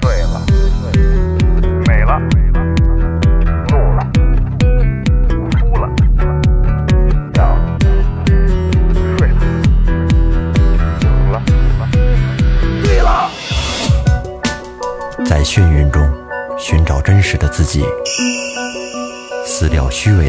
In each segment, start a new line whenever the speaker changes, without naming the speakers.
醉了，美了，怒了，哭了，笑了，睡了，醒了，醉了。
在眩晕中寻找真实的自己，撕掉虚伪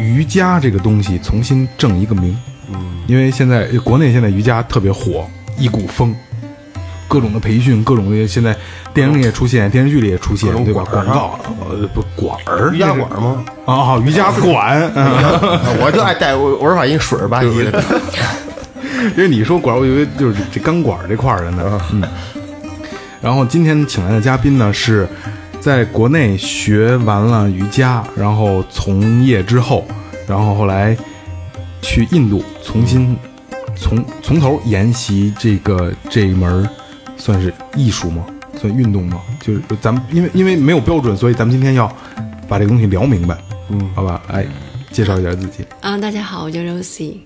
瑜伽这个东西重新正一个名，嗯，因为现在呃国内现在瑜伽特别火，一股风，各种的培训，各种的现在电影里也出现，电视剧里也出现，对吧？广告，呃，不管儿
瑜伽馆 吗？啊
啊，瑜伽馆，嗯。
我就爱带我我是把一水儿吧唧的。
因为你说管儿，我以为就是这钢管儿这块儿的呢。嗯。然后今天请来的嘉宾呢，是在国内学完了瑜伽，然后从业之后，然后后来去印度重新从从头研习这个这一门儿算是艺术吗？算运动吗？就是咱们因为因为没有标准，所以咱们今天要把这个东西聊明白。嗯，好吧，来介绍一下自己。
啊，大家好，我叫 Rosie。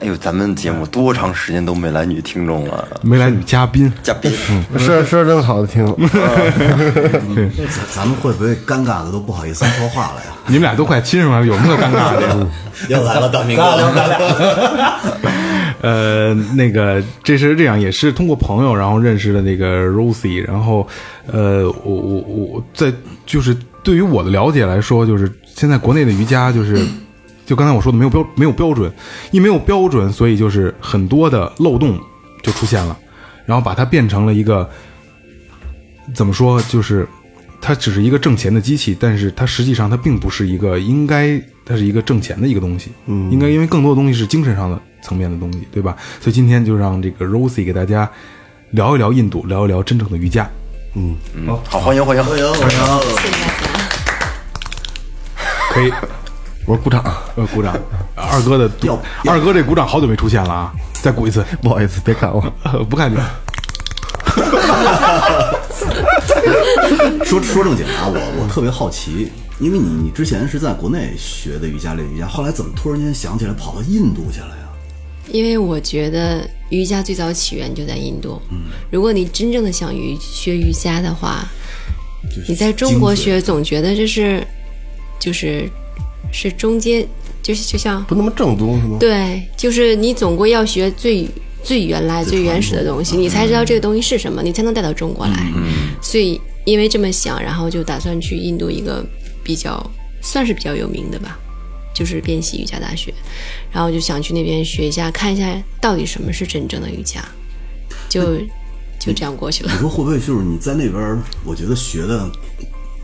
哎呦，咱们节目多长时间都没来女听众了，
没来女嘉宾，
嘉宾，
说说真好听，
咱咱们会不会尴尬的都不好意思说话了呀？
你们俩都快亲上了，有什么可尴尬的呀？
又来了，大明哥，咱俩
呃，那个，这是这样，也是通过朋友然后认识的那个 Rosie，然后，呃，我我我在就是对于我的了解来说，就是现在国内的瑜伽就是，就刚才我说的没有标没有标准，一没有标准，所以就是很多的漏洞就出现了，然后把它变成了一个怎么说，就是它只是一个挣钱的机器，但是它实际上它并不是一个应该，它是一个挣钱的一个东西。嗯，应该因为更多的东西是精神上的层面的东西，对吧？所以今天就让这个 Rosie 给大家聊一聊印度，聊一聊真正的瑜伽。
好欢迎欢迎，
欢迎欢迎。
谢谢大家。
可以，
我说鼓掌，啊
呃，鼓掌。二哥的
要，
二哥这鼓掌好久没出现了啊！再鼓一次，
不好意思，别看我。
呃不看你。
说说正经啊，我我特别好奇，因为你你之前是在国内学的瑜伽练瑜伽，后来怎么突然间想起来跑到印度去了呀？
因为我觉得瑜伽最早起源就在印度。如果你真正的想瑜学瑜伽的话，你在中国学，总觉得这是就是是中间，就是就像
不那么正宗是吗？
对，就是你总归要学最最原来、最原始的嗯东西，你才知道这个东西是什么，你才能带到中国来。所以因为这么想，然后就打算去印度一个比较算是比较有名的吧，就是边西瑜伽大学，然后就想去那边学一下，看一下到底什么是真正的瑜伽，就就这样过去了
你。说会不会就是你在那边儿，我觉得学的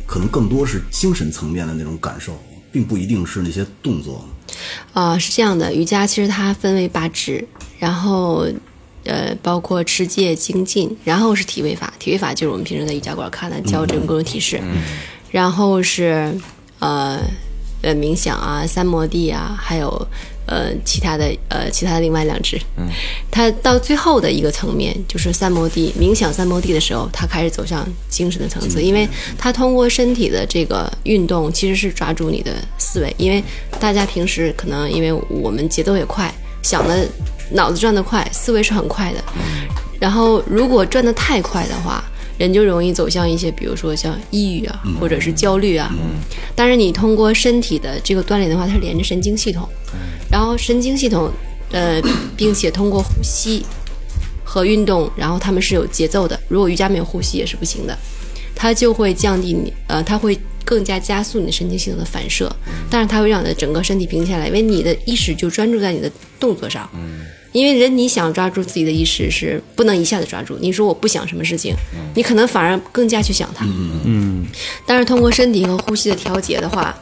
可能更多是精神层面的那种感受，并不一定是那些动作。
呃啊、是这样的，瑜伽其实它分为八支，然后呃，包括持戒、精进，然后是体位法，体位法就是我们平时在瑜伽馆看的教这种各种体式，然后是呃呃冥想啊、三摩地啊，还有呃其他的呃其他的另外两支，嗯，它到最后的一个层面就是三摩地冥想三摩地的时候，它开始走向精神的层次，因为它通过身体的这个运动其实是抓住你的思维，因为大家平时可能因为我们节奏也快。想的脑子转得快，思维是很快的。然后如果转得太快的话，人就容易走向一些，比如说像抑郁啊，或者是焦虑啊。但是你通过身体的这个锻炼的话，它是连着神经系统，然后神经系统，呃，并且通过呼吸和运动，然后它们是有节奏的。如果瑜伽没有呼吸也是不行的，它就会降低你，呃，它会更加加速你的神经系统的反射，但是它会让你的整个身体平静下来，因为你的意识就专注在你的动作上。因为人你想抓住自己的意识是不能一下子抓住，你说我不想什么事情，你可能反而更加去想它。但是通过身体和呼吸的调节的话，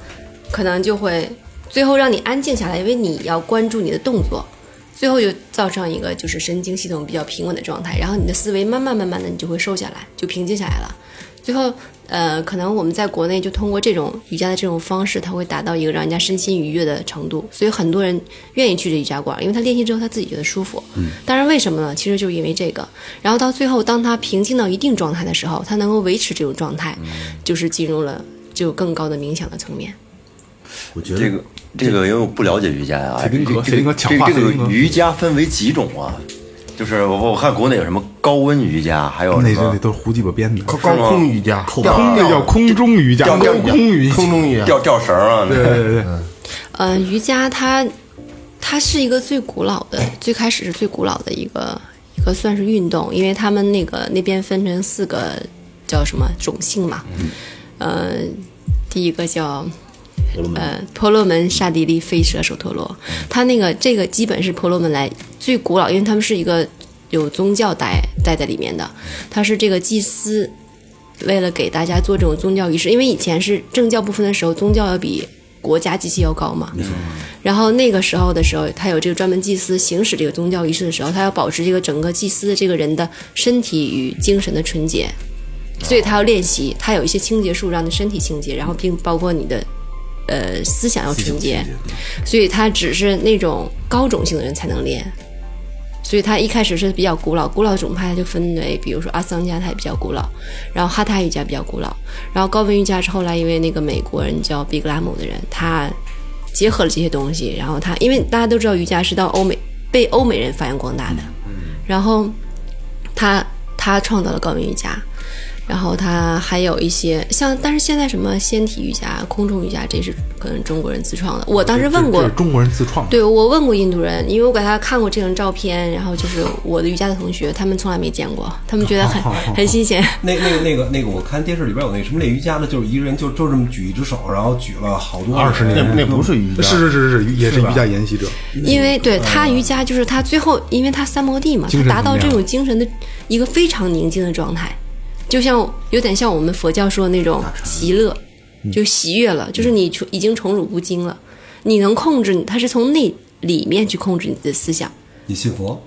可能就会最后让你安静下来，因为你要关注你的动作，最后就造成一个就是神经系统比较平稳的状态，然后你的思维慢慢慢慢的你就会瘦下来，就平静下来了。最后，呃，可能我们在国内就通过这种瑜伽的这种方式，它会达到一个让人家身心愉悦的程度，所以很多人愿意去这瑜伽馆，因为他练习之后他自己觉得舒服。嗯，当然为什么呢？其实就是因为这个。然后到最后，当他平静到一定状态的时候，他能够维持这种状态，就是进入了就更高的冥想的层面。
我觉得
这个这个，因为我不了解瑜伽啊，
铁定
这个
格
这
铁定格
个
强
这
化
个这
铁定格
个瑜伽分为几种啊？就是我我看国内有什么高温瑜伽，还有
那
什
那那
么
都是胡鸡巴编的。
高高啊空瑜伽，空
空那叫空中瑜伽，
吊
高
吊
空瑜伽。
空中瑜伽，
吊吊绳啊？
对对对，
呃，瑜伽它它是一个最古老的，最开始是最古老的一个一个算是运动，因为他们那个那边分成四个叫什么种姓嘛，呃，第一个叫。呃，婆罗门、嗯刹帝利、吠舍、首陀罗，它那个这个基本是婆罗门来最古老，因为他们是一个有宗教带带在里面的，它是这个祭司为了给大家做这种宗教仪式，因为以前是政教不分的时候，宗教要比国家机器要高嘛。然后那个时候的时候，他有这个专门祭司行使这个宗教仪式的时候，他要保持这个整个祭司的这个人的身体与精神的纯洁，所以他要练习，他有一些清洁术让你身体清洁，然后并包括你的呃思想要纯洁，所以他只是那种高种性的人才能练。所以它一开始是比较古老，古老种派就分为，比如说阿桑加它也比较古老，然后哈塔瑜伽比较古老，然后高温瑜伽是后来因为那个美国人叫毕格拉姆的人，他结合了这些东西，然后他因为大家都知道瑜伽是到欧美被欧美人发扬光大的，然后他他创造了高温瑜伽，然后他还有一些像，但是现在什么仙体瑜伽、空中瑜伽，这是可能中国人自创的。我当时问过
这是中国人自创的。
对，我问过印度人，因为我给他看过这张照片，然后就是我的瑜伽的同学，他们从来没见过，他们觉得很
哦
很 新鲜。
那那个那个那个，我看电视里边有那什么练瑜伽的，就是一个人就就这么举一只手，然后举了好多
二十年，
那那不是瑜伽
是是是是，也是瑜伽沿袭者。
因为对他瑜伽就是他最后，因为他三摩地嘛，
嗯哦精
他
神
达到
能量
这种精神的一个非常宁静的状态，就像有点像我们佛教说的那种极乐，
嗯
就喜悦了，就是你处已经宠辱不惊了，你能控制你，它是从内里面去控制你的思想。
你信佛？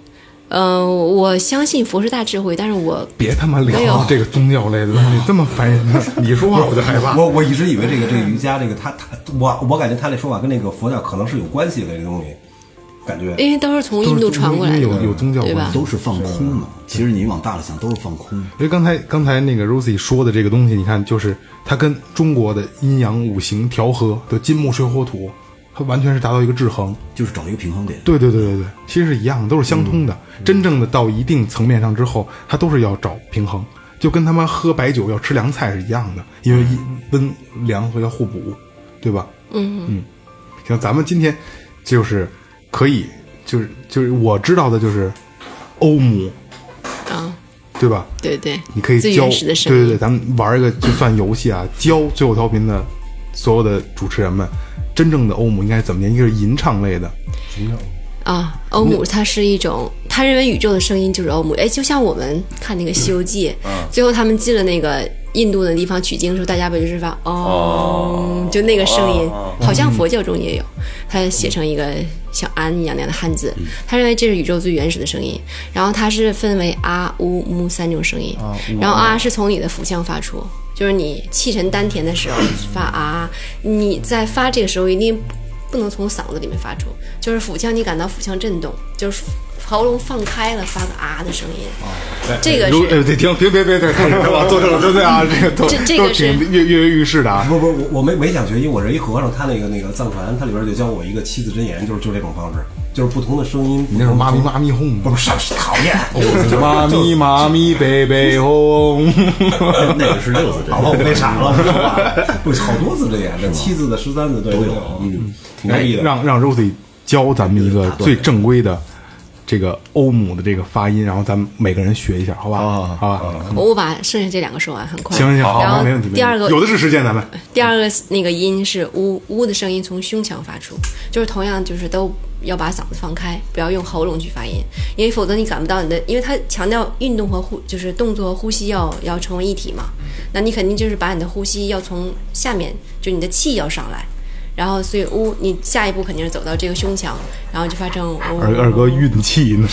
嗯、我相信佛是大智慧，但是我
别他妈
没
聊
有
这个宗教类的东西，这么烦人呢！你说话我就害怕。
我我一直以为这个这个瑜伽这个他他我我感觉他那说法跟那个佛教可能是有关系的这东西，感觉
因为都是从印度传过来的，
有有宗教
对吧
关系。
都是放空嘛。其实你往大了想，都是放空。
因为刚才刚才那个 Rosie 说的这个东西，你看，就是它跟中国的阴阳五行调和的金木水火土，它完全是达到一个制衡。
就是找一个平衡点。
对对对对对，其实是一样的，都是相通的。真正的到一定层面上之后，它都是要找平衡，就跟他妈喝白酒要吃凉菜是一样的，因为一温凉和要互补，对吧？嗯嗯，行，咱们今天就是可以，就是就是我知道的就是欧姆，
啊，
对吧？
对对，
你可以
最
教，
原始的声
对
音，
对对，咱们玩一个就算游戏啊，教最后调频的所有的主持人们，真正的欧姆应该怎么念？一个是吟唱类的，
啊，欧姆它是一种，他认为宇宙的声音就是欧姆。哎，就像我们看那个《西游记》
嗯
最后他们进了那个印度的地方取经的时候，大家不就是发
哦
哦，就那个声音，好像佛教中也有，它写成一个像安一样那样的汉字。
嗯
他认为这是宇宙最原始的声音，然后它是分为啊、呜、mu 三种声音，然后啊是从你的腹腔发出。就是你气沉丹田的时候发啊，你在发这个时候一定不能从嗓子里面发出，就是腹腔你感到腹腔震动，就是喉咙放开了发个啊的声音。这个
如哎，
是
哦对，停，别别别，对，开始了，坐正了，对对啊，这个都
这这
都
个是
挺跃跃跃欲试的啊。
不不，我我没没想学，因为我是一和尚，他那个那个藏传，他里边就教我一个七字真言，就是就这种方式，就是不同的声音。
你那是妈咪妈咪哄，
不是是讨厌，
哦 妈咪妈咪贝贝哄，
那个是六字真
好吧，我
言，
那傻了，我说完了 不，好多字真言，这七字的、十三字对都
啊
有，嗯，挺 牛
哎
逼的。
让让 Rosie 教咱们一个最正规的这个欧姆的这个发音，然后咱们每个人学一下，好吧？好吧？
我我把剩下这两个说完，很快。
呃行行行，好，
然
好
后
没问题。没问题
第二个嗯
有的是时间，咱们
第二个那个音是呜呜的声音从胸腔发出，就是同样就是都要把嗓子放开，不要用喉咙去发音，因为否则你感不到你的，因为它强调运动和呼就是动作和呼吸要要成为一体嘛，那你肯定就是把你的呼吸要从下面，就你的气要上来，然后所以呜，你下一步肯定是走到这个胸腔，然后就发成呜。
二二哥运气呢，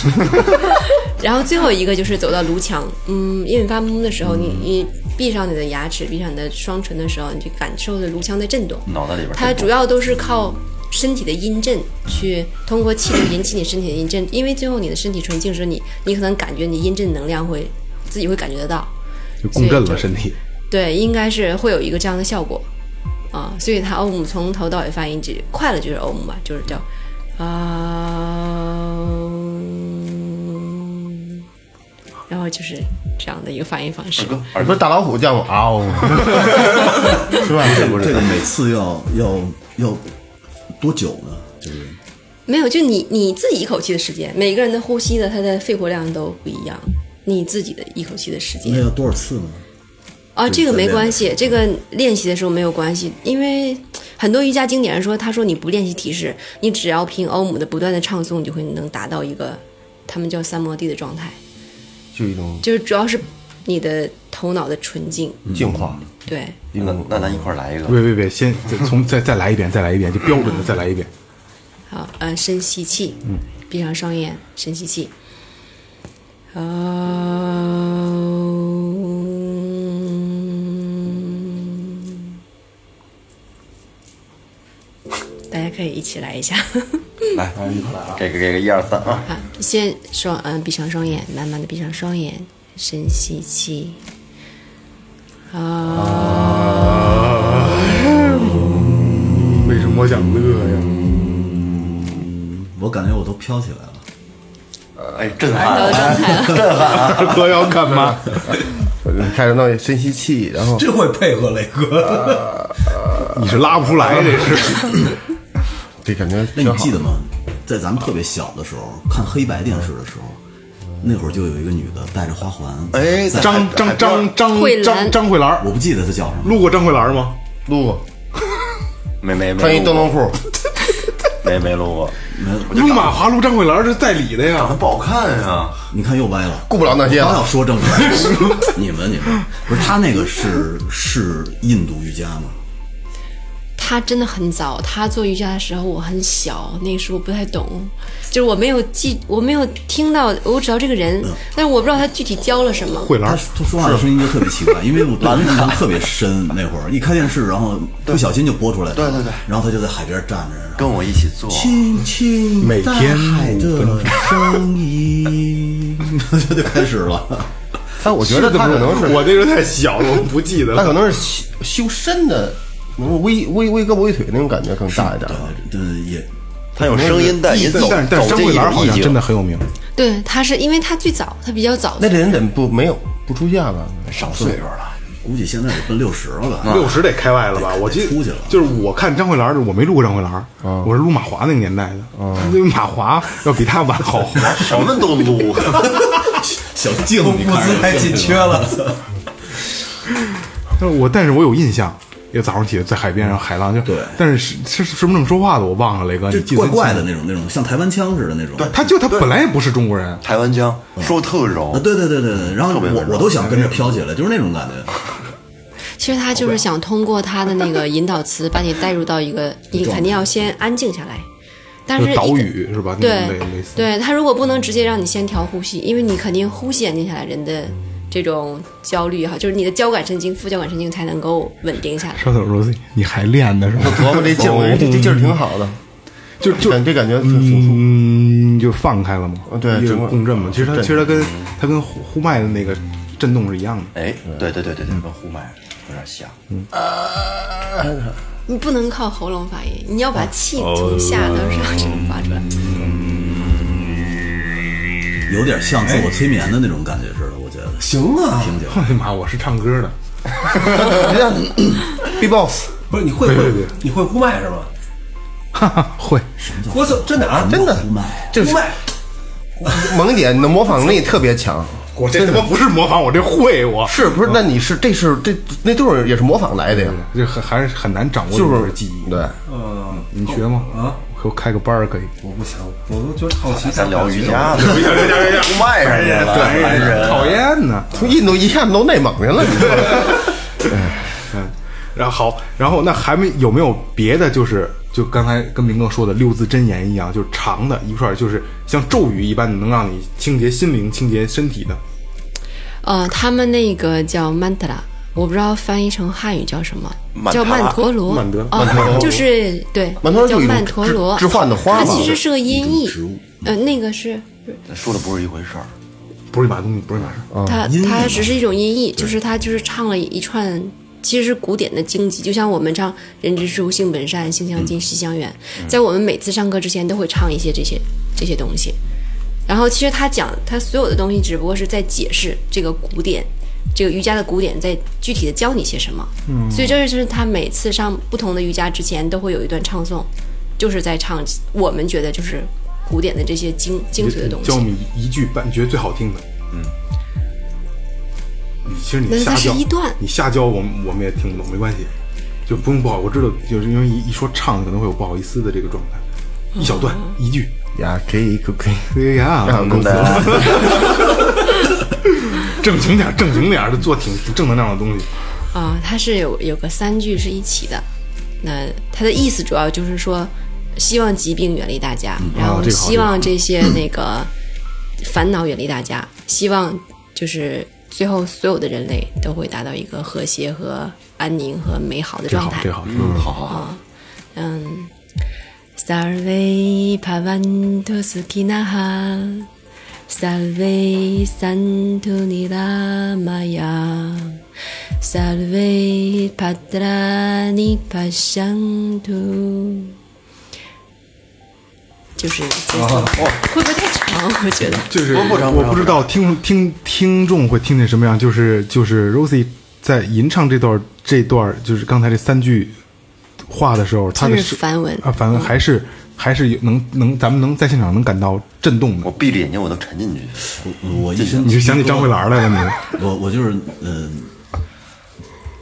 然后最后一个就是走到颅腔，嗯，因为你发嗡的时候，你你闭上你的牙齿，闭上你的双唇的时候，你就感受着颅腔的震动。
脑袋里边
它主要都是靠身体的音振去通过气流引起你身体的音振，因为最后你的身体纯净时，你你可能感觉你音振能量会自己会感觉得到，
就共振
所
了
以就
身体。
对，应该是会有一个这样的效果啊。所以它欧姆从头到尾发音只快了就是欧姆吧，就是叫啊，嗯然后就是这样的一个发音方式。
不是大老虎叫我啊 哦，是吧？
这个这个每次要要要多久呢？就是
没有，就你你自己一口气的时间，每个人的呼吸的他的肺活量都不一样，你自己的一口气的时
那
间
要多少次呢？
啊，这个
自
没
恋
关
的
系，这个练习的时候没有关系，因为很多瑜伽经典上说，他说你不练习体式，你只要凭欧姆的不断的唱诵，你就会能达到一个他们叫三摩地的状态，
就一种
就是主要是你的头脑的纯净，
嗯净化。
对，
那那咱一块儿来一个，
别别别，先再从再再来一遍，再来一遍，就标准的再来一遍。
好，呃，深吸气，闭上双眼，深吸气，啊、大家可以一起来一下，
来，
嗯
这个这个一二三啊，
好，先双，嗯、闭上双眼，慢慢的闭上双眼，深吸气，
为什么我想乐呀？
我感觉我都飘起来 了。
哎，震撼
到
了，
状态了，
二哥要干嘛？
开始弄深吸气，然后
真会配合雷哥，
你是拉不出来，这是。
这感觉
那
挺
你
好
记。得吗？在咱们特别小的时候，看黑白电视的时候，那会儿就有一个女的戴着花环，
哎，咱
张张张张
慧
张
兰
张慧兰儿，
我不记得她叫什么。
路过张慧兰儿吗？
路过
没没没，
穿一灯笼裤，
没没录过，
路马华路张慧兰儿是在理的呀。
不好看呀，
你看又歪了，
顾不 了那些
刚
了
要。说正事儿， 你们你们不是她那个是是印度瑜伽吗？
他真的很早，他做瑜伽的时候我很小，那个时候我不太懂，就是我没有记，我没有听到，我只知道这个人，
嗯
但是我不知道他具体教了什么。
慧兰
她
儿，
她说话的声音就特别奇怪，因为我对她印象特别深。那会儿一开电视，然后不小心就播出来了。
对对对，
然后她就在海边站着，然后
跟我一起做，
轻轻
每天
大海
五分
的声音，这 就开始了。
但我觉得他可能是
我那时候太小了，我不记得
他
了。
可能是修修身的，能够微微微胳膊微腿那种感觉更大一点。
对，呃也
它有声音带你
但
走
但但
走
是张
进
慧
一
兰儿
种
好
意
像
境，
真的很有名。
对，他是因为他最早，他比较早
那，这人怎么不没有不出现了？
上岁数了，
估计现在得奔六十了吧？
六十得开外了啊吧？我记
出去了
就是我看张慧兰儿，我没录过张慧兰儿，我是录马华那个年代的， 因为马华要比他晚好。
什么都录，
小静，
物
你看
资
着
太紧缺了。
但是我但是我有印象，也早上起来在海边上海浪就
对
但是是是是不是这么说话的我忘了，雷哥，你记
就
得
怪怪
清
的那种，那种像台湾腔似的那种。
他就他本来也不是中国人，
台湾腔
嗯
说特柔
啊，，对对对对对。然后
特别
我
温柔
我都想跟着飘起来，就是那种感觉。
其实他就是 想通过他的那个引导词，把你带入到一个，你肯定要先安静下来，但是
就
一
岛屿是啊吧？那
对
种类类似，
对，他如果不能直接让你先调呼吸，因为你肯定呼吸稳定下来，人的这种焦虑也好，就是你的交感神经、副交感神经才能够稳定下来。
稍等 Rosie，你还练呢是吧？
琢磨这劲儿，我 觉得这这劲儿挺好的，
就就
感这感觉挺挺舒服。
嗯，就放开了嘛
嗯，对
一个
整个
共振嘛。其嗯实它
震
其实它跟它跟呼呼麦的那个震动是一 样的。
哎，对对对对
嗯
对，跟呼麦有点像。
你不能靠喉咙发音，你要
哦
把气从下到上这么发出来。
有点像
哎
自我催眠的那种感觉似的，我觉得。
行啊，
我的哎妈，我是唱歌的，
B box
不是你会不会你会呼麦是吗？
哈哈，会。
我操，真的啊，
真的
呼麦，
这
呼麦，
萌姐，你的模仿力特别强。
我这他妈不是模仿，我这会我，
是不是？那你是这是这那都是也是模仿来的呀，
这很还是很难掌握
就
这
是
种记忆。
对，
嗯，
你学吗？
啊，
给我开个班儿可以。
我不行，我都觉得好奇，
咱
嗯
聊瑜伽呢，呼麦上去了，烦人
讨厌呢。
从印度一下到内蒙去了。
嗯，然后好，然后那还没有没有别的？就是就刚才跟明哥说的六字真言一样，就是长的一块儿，就是像咒语一般，能让你清洁心灵、清洁身体的。
呃，他们那个叫 mantra，我不知道翻译成汉语叫什么，
曼
叫
陀拉
曼陀罗，
曼德
哦
曼陀罗
就是对，
曼陀罗
叫
就一种
曼陀罗
置置换的花
它
吧
其实是个音译，呃，那个是
说的不是一回事儿。
不是一码东西，不是一码事儿。啊
它
音译
它
嘛
只是一种音译，就是它就是唱了一串，其实是古典的经籍，就像我们唱“人之初，性本善，性相近，习相远”，在我们每次上课之前都会唱一些这些这些东西。然后其实他讲他所有的东西，只不过是在解释这个古典，这个瑜伽的古典在具体的教你些什么。嗯，所以这就是他每次上不同的瑜伽之前都会有一段唱诵，就是在唱我们觉得就是古典的这些精精髓的东西
教。你一句半，你觉得最好听的。嗯，你其实
那
你
是
瞎
它是
教，
一段
你瞎教我们我们也听不懂，没关系，就不用不好。我知道，就是因为一一说唱可能会有不好意思的这个状态，一小
哦
段一句。
呀，这一个可以，
哎呀，
真的，
正经点儿，正经点儿，做挺挺正能量的东西。
啊，它是有有个三句是一起的，那它的意思主要就是说，希望疾病远离大家，然后
嗯啊这个好嗯
希望这些那个烦恼远离大家，希望就是最后所有的人类都会达到一个和谐和安宁和美好的
这
状
好
态，。
这好，嗯，好，
嗯，Salve Pavantu Sukinaha。Salve Santu Niramaya Salve Patrani Pashantu 就是这四个会不会太长？我觉得
就是我不知道听听听众会听见什么样，就是就是 Rosie 在吟唱这段这段就是刚才这三句话的时候，他的
就是梵文
啊，梵文还是还是有能能咱们能在现场能感到震动
我
的。
闭着眼睛我能沉进去，
嗯我一身
你是想起张慧兰来了你？
我我就是嗯、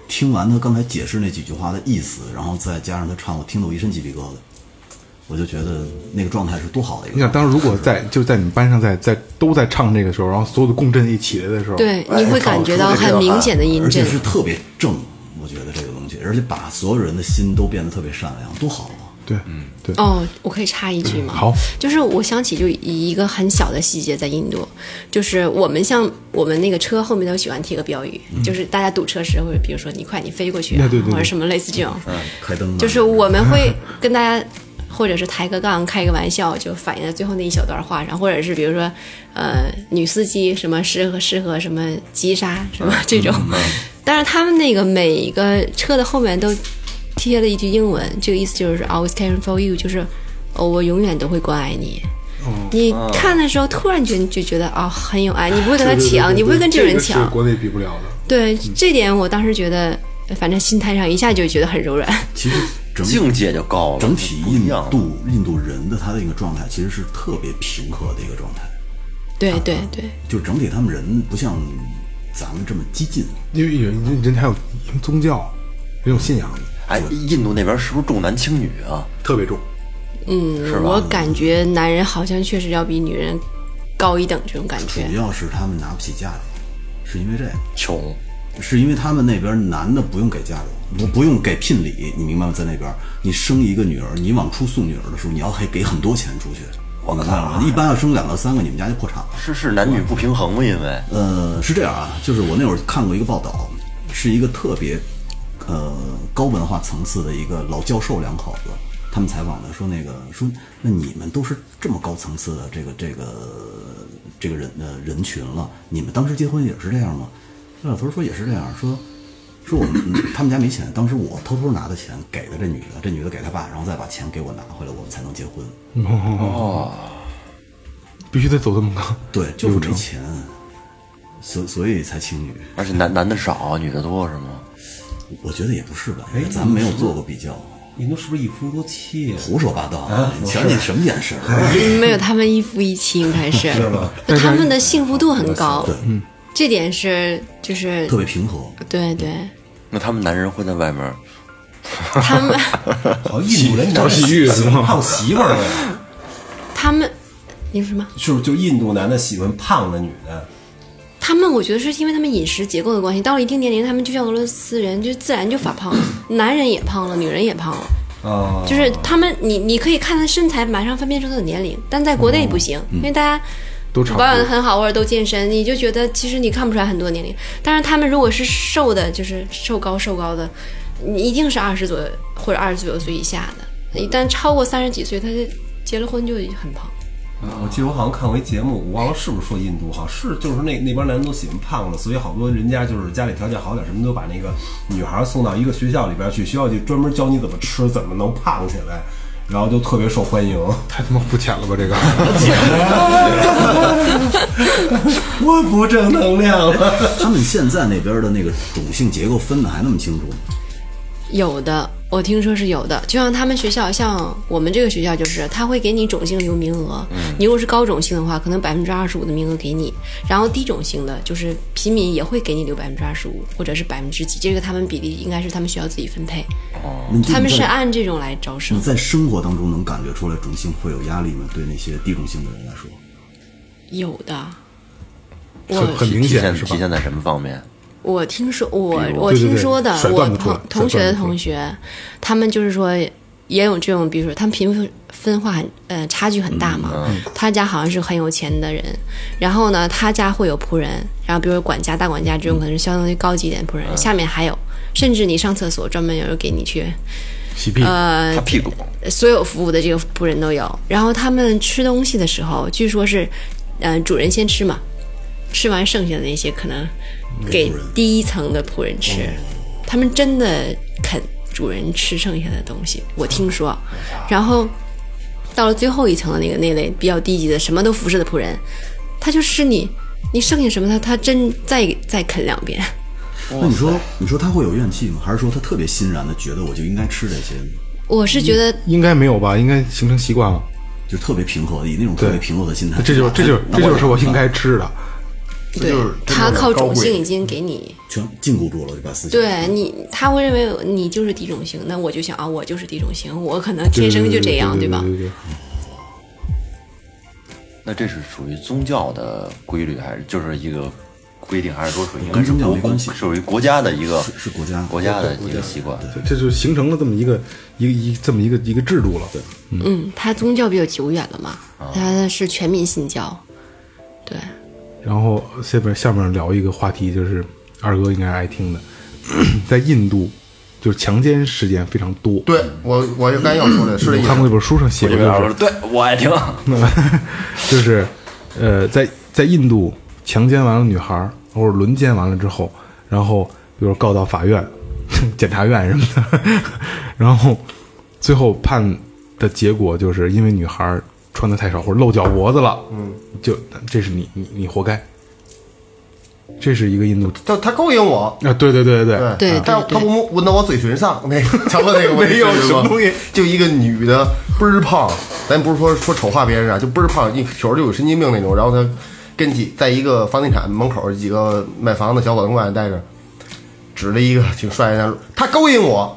听完他刚才解释那几句话的意思，然后再加上他唱，我听得我一身鸡皮疙瘩，我就觉得那个状态是多好的一个
你想，
状态。
当如果在就在你们班上在在都在唱这个时候，然后所有的共振一起来的时候，
对，你会感觉到很明显的音
而且
震。
是特别正，我觉得这个东西，而且把所有人的心都变得特别善良，多好啊！
对，嗯，对，
哦，我可以插一句吗？
好，
就是我想起就以一个很小的细节，在印度，就是我们像我们那个车后面都喜欢贴个标语，就是大家堵车时会，比如说你快你飞过去、啊，
嗯对对对对嗯
或者什么类似这种，
开灯啊
就是我们会跟大家。或者是抬个杠、开个玩笑，就反映在最后那一小段话上，或者是比如说，呃，女司机什么适合适合什么急刹什么 这种，
嗯
但是他们那个每一个车的后面都贴了一句英文，这个意思就是 always caring for you，就是哦，我永远都会关爱你。
哦
你看的时候，突然觉得就觉得啊、很有爱，你不会跟他抢，你不会跟这
这
种人
个是嗯
抢。
国内比不了的。
对，这点我当时觉得，反正心态上一下就觉得很柔软。
其实整
境界就高了，
整体
不一
印
样。
度印度人的他的一个状态，其实是特别平和的一个状态，
啊
对对对，
就整体他们人不像咱们这么激进。
因为人人还有宗教，人有信仰，
哎，印度那边是不是重男轻女啊？
特别重。
是
我
吧？
感觉男人好像确实要比女人高一等这种感
主
觉。
要是他们拿不起价格，是因为这个。
穷，
是因为他们那边男的不用给嫁妆，不不用给聘礼，你明白吗？在那边，你生一个女儿，你往出送女儿的时候，你要还给很多钱出去。我明白了吗，一般要生两到三个，你们家就破产了。
是是男女不平衡吗？因为
呃，是这样啊，就是我那会儿看过一个报道，是一个特别呃高文化层次的一个老教授两口子，他们采访的说那个说那你们都是这么高层次的这个这个这个人呃人群了，你们当时结婚也是这样吗？那老头儿说也是这样，说说我们嗯他们家没钱，当时我偷偷拿的钱给的这女的，这女的给他爸，然后再把钱给我拿回来，我们才能结婚。
必须得走这么高。
对，就是没钱，所所以才轻女。
而且男男的少，啊女的多是吗？
我觉得也不是吧，
哎
因为咱们没有做过比较，
印度是不是一夫多妻啊？
胡说八道。你瞧你什么眼神儿啊？
没有，他们一夫一妻应该是，就他们的幸福度很高，这点是就是
特别平和。
对对，
那他们男人会在外面
他们
好，印度人男的
洗浴是吗
胖媳妇儿啊呗，
他们你说什么？
是不是就印度男的喜欢胖的女的？
他们我觉得是因为他们饮食结构的关系，到了一定年龄，他们就像俄罗斯人，就自然就发胖了，男人也胖了，女人也胖
啊，
了。就是他们，你你可以看他身材，马上分辨出他的年龄，但在国内不行，因为大家
哦嗯都差不多
保养的很好，或者都健身，你就觉得其实你看不出来很多年龄。但是他们如果是瘦的，就是瘦高瘦高的，你一定是二十左右或者二十左右岁以下的，一旦超过三十几岁，他就结了婚就很胖。
我记得我好像看过一节目，我忘了是不是说印度，好像是就是那那帮男的都喜欢胖的，所以好多人家就是家里条件好点，什么都把那个女孩送到一个学校里边去，学校就专门教你怎么吃，怎么能胖起来，然后就特别受欢迎。
太他妈肤浅了吧，这个
我不正能量了，
他们现在那边的那个种姓结构分的还那么清楚，
有的，我听说是有的。就像他们学校，像我们这个学校，就是他会给你种姓留名额。
嗯
你如果是高种姓的话，可能百分之二十五的名额给你；然后低种姓的，就是平民也会给你留百分之二十五，或者是百分之几。这个他们比例应该是他们学校自己分配，
哦
那你
他们
你在
是按这种来招
你
生。
在生活当中能感觉出来种姓会有压力吗？对那些低种姓的人来说，
有的，
很很
我
明
体
显
现
是吧
体？现在什么方面？
我听说我
比如
我
对对
听
对
说的，
甩
我
断不出来
同同学
甩断
的
不出来
同学，他们就是说也有这种，比如说他们贫富分化很呃差距很大嘛。
嗯
他家好像是很有钱的人，然后呢，他家会有仆人，然后比如说管家、大管家
嗯
这种可能是相当于高级一点的仆人，下面还有，甚至你上厕所专门有人给你去
洗屁股，
呃
他屁股
所有服务的这个仆人都有。然后他们吃东西的时候，据说是，嗯、主人先吃嘛，吃完剩下的那些可能给第一层的仆人吃，他们真的啃主人吃剩下的东西，我听说。然后到了最后一层的那个那类比较低级的，什么都服侍的仆人，他就吃你，你剩下什么他他真再再啃两遍。
那你说你说他会有怨气吗？还是说他特别欣然的觉得我就应该吃这些，
我是觉得
应该没有吧？应该形成习惯了。
就特别平和，以那种特别平和的心态？
这就是这就是这就是我应该吃的。
对他靠种姓已经给你。
啊全禁锢住了这把思想。
对你，他会认为你就是地种型，那我就想啊，我就是地种型，我可能天生就这样，
对
吧？
对对对
那这是属于宗教的规律，还是就是一个规定，还是说属于应该
跟
是
宗教
国
没关系
属于国家的一个
是是国家
国家的一个习惯。
对这就形成了这么一个一个一这么一个一个制度了。
嗯，他宗教比较久远了嘛，
啊
他是全民信教，对，
然后下边下面聊一个话题，就是二哥应该爱听的，在印度就是强奸事件非常多。
对我，我刚要说的是这意
我
思
看过那本书上写
我
过，
这
就
边我
是
说对我爱听，
就是，呃，在在印度强奸完了女孩儿或者轮奸完了之后，然后比如告到法院、 检察院什么的，然后最后判的结果就是因为女孩儿穿的太少或者露脚脖子了，嗯，就这是你你你活该，这是一个印度
他他勾引我，
啊，对对对对对，
对
但
对
他
对
不闻到我嘴唇上，那 个瞧过那个没
有什么东西，
就一个女的倍儿胖，咱不是说说丑化别人啊，就倍儿胖，一瞅就有神经病那种。然后她跟几在一个房地产门口几个卖房的小伙子过来待着，指了一个挺帅的男的，他勾引我，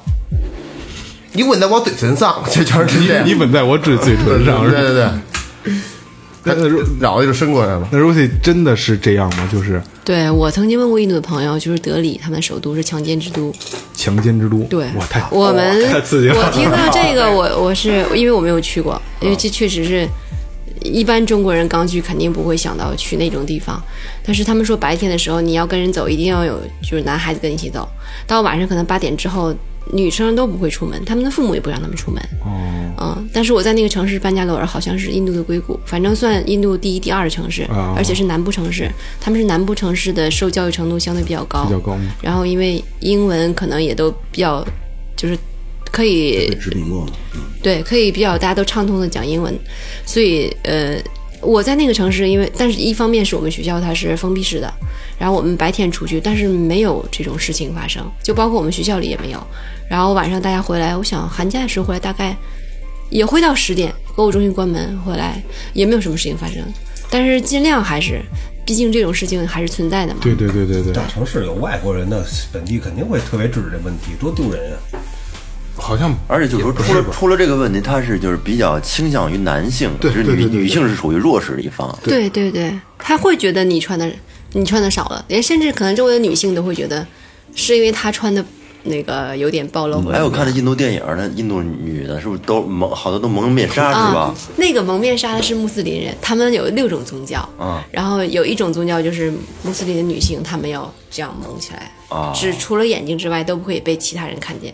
你吻在我嘴唇上，这全是这 样
你吻在我嘴嘴唇上
对
是
对
吧？
对，
那那如
脑袋就伸过来了。
那 Rosie 真的是这样吗？就是
对我曾经问过印度的朋友，就是德里，他们的首都是强奸之都。
强奸之都。
对，
哇，太
我们
太刺激了。
我听到这个，我我是因为我没有去过，因
嗯
为这确实是一般中国人刚去肯定不会想到去那种地方。但是他们说白天的时候你要跟人走，一定要有就是男孩子跟你一起走。到晚上可能八点之后，女生都不会出门，他们的父母也不让他们出门。
哦
嗯，但是我在那个城市班加罗尔，好像是印度的硅谷，反正算印度第一、第二的城市，
啊
而且是南部城市。他们是南部城市的受教育程度相对比较高，
比较高
然后因为英文可能也都比较，就是可以
被殖民过嘛，嗯
对，可以比较大家都畅通的讲英文，所以呃，我在那个城市，因为但是一方面是我们学校它是封闭式的，然后我们白天出去，但是没有这种事情发生，就包括我们学校里也没有。然后晚上大家回来，我想寒假的时候回来大概也会到十点，购物中心关门回来也没有什么事情发生，但是尽量还是，毕竟这种事情还是存在的嘛。
对对对对对
大， 城市有外国人，那本地肯定会特别制止这问题，多丢人啊！
好像
而且就是说，出了出了这个问题，他是就是比较倾向于男性，
对
就是
对对对
女
对
女性是属于弱势的一方。
对对对，他会觉得你穿的你穿的少了，连甚至可能周围的女性都会觉得是因为他穿的那个有点暴露或者怎
哎，
么样。
我看那印度电影，那印度女的是不是都蒙好多都蒙面纱是吧
啊？，那个蒙面纱的是穆斯林人，他们有六种宗教，
啊
然后有一种宗教就是穆斯林的女性，她们要这样蒙起来，
啊
只除了眼睛之外都不会被其他人看见。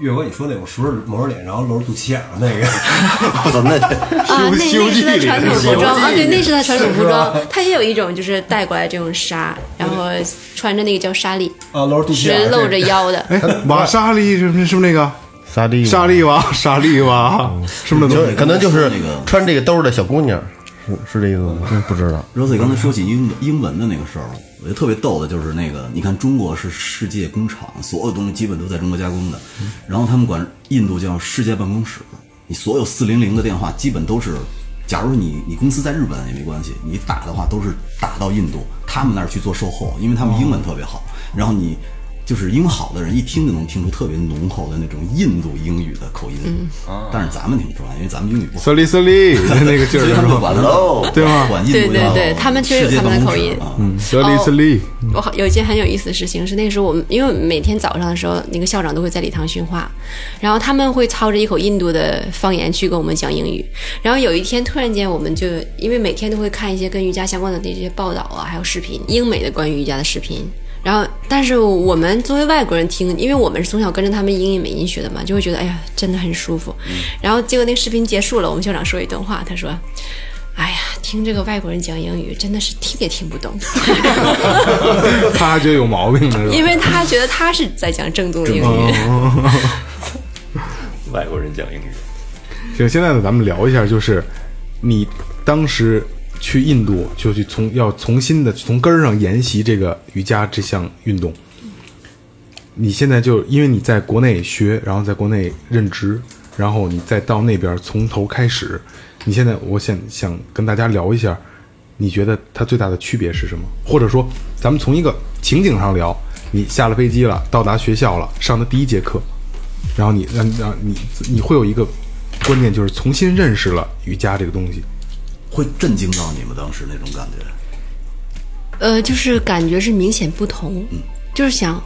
岳哥，你说那种熟着蒙着脸，然后露着肚脐眼儿那个，
我操，那得
啊，那那是他传统服装啊，对，那是他传统服装
是。
他也有一种就是带过来这种纱，然后穿着那个叫纱丽，
啊，露着肚脐眼
是
儿，
露着腰的。
哎，瓦莎莉是不是是不是那个
沙莉
莎莉娃？莎莉娃
哦
是不是那
就
东西？
可能就是
那个
穿这个兜儿的小姑娘，是是这意思吗？真不知道。
Rosie 刚才说起英文英文的那个事儿，我觉得特别逗的就是那个，你看中国是世界工厂，所有东西基本都在中国加工的，然后他们管印度叫世界办公室，你所有四零零的电话基本都是，假如你你公司在日本也没关系，你打的话都是打到印度，他们那儿去做售后，因为他们英文特别好，然后你。就是英文好的人一听就能听出特别浓厚的那种印度英语的口音，但是咱们听不出来，因为咱们英语不好。
瑟丽瑟 丽 那个劲
所以
儿
他
是
们就
吧？
管喽，
对吗
管印度
对对
叫
对他们确实有
世界
他们
办
的
公
口
室
音
啊
嗯，瑟丽瑟丽，
我好有一件很有意思的事情是，那时候我们因为每天早上的时候，那个校长都会在礼堂训话，然后他们会操着一口印度的方言去跟我们讲英语。然后有一天突然间，我们就因为每天都会看一些跟瑜伽相关的那些报道啊，还有视频，英美的关于瑜伽的视频。然后，但是我们作为外国人听，因为我们是从小跟着他们英语美音学的嘛，就会觉得哎呀，真的很舒服。然后结果那个视频结束了，我们校长说一段话，他说。哎呀，听这个外国人讲英语，真的是听也听不懂。
他还觉得有毛病呢，是
因
吧？哦
为他觉得他是在讲正宗英语。
外国人讲英语，
行，现在呢，咱们聊一下，就是你当时去印度，就去从要重新的从根儿上研习这个瑜伽这项运动。你现在就因为你在国内学，然后在国内任职，然后你再到那边从头开始。你现在，我想想跟大家聊一下，你觉得它最大的区别是什么？或者说，咱们从一个情景上聊，你下了飞机了，到达学校了，上的第一节课，然后你让让你你会有一个观念，就是重新认识了瑜伽这个东西。
会震惊到你们当时那种感觉。
呃，就是感觉是明显不同，就是想，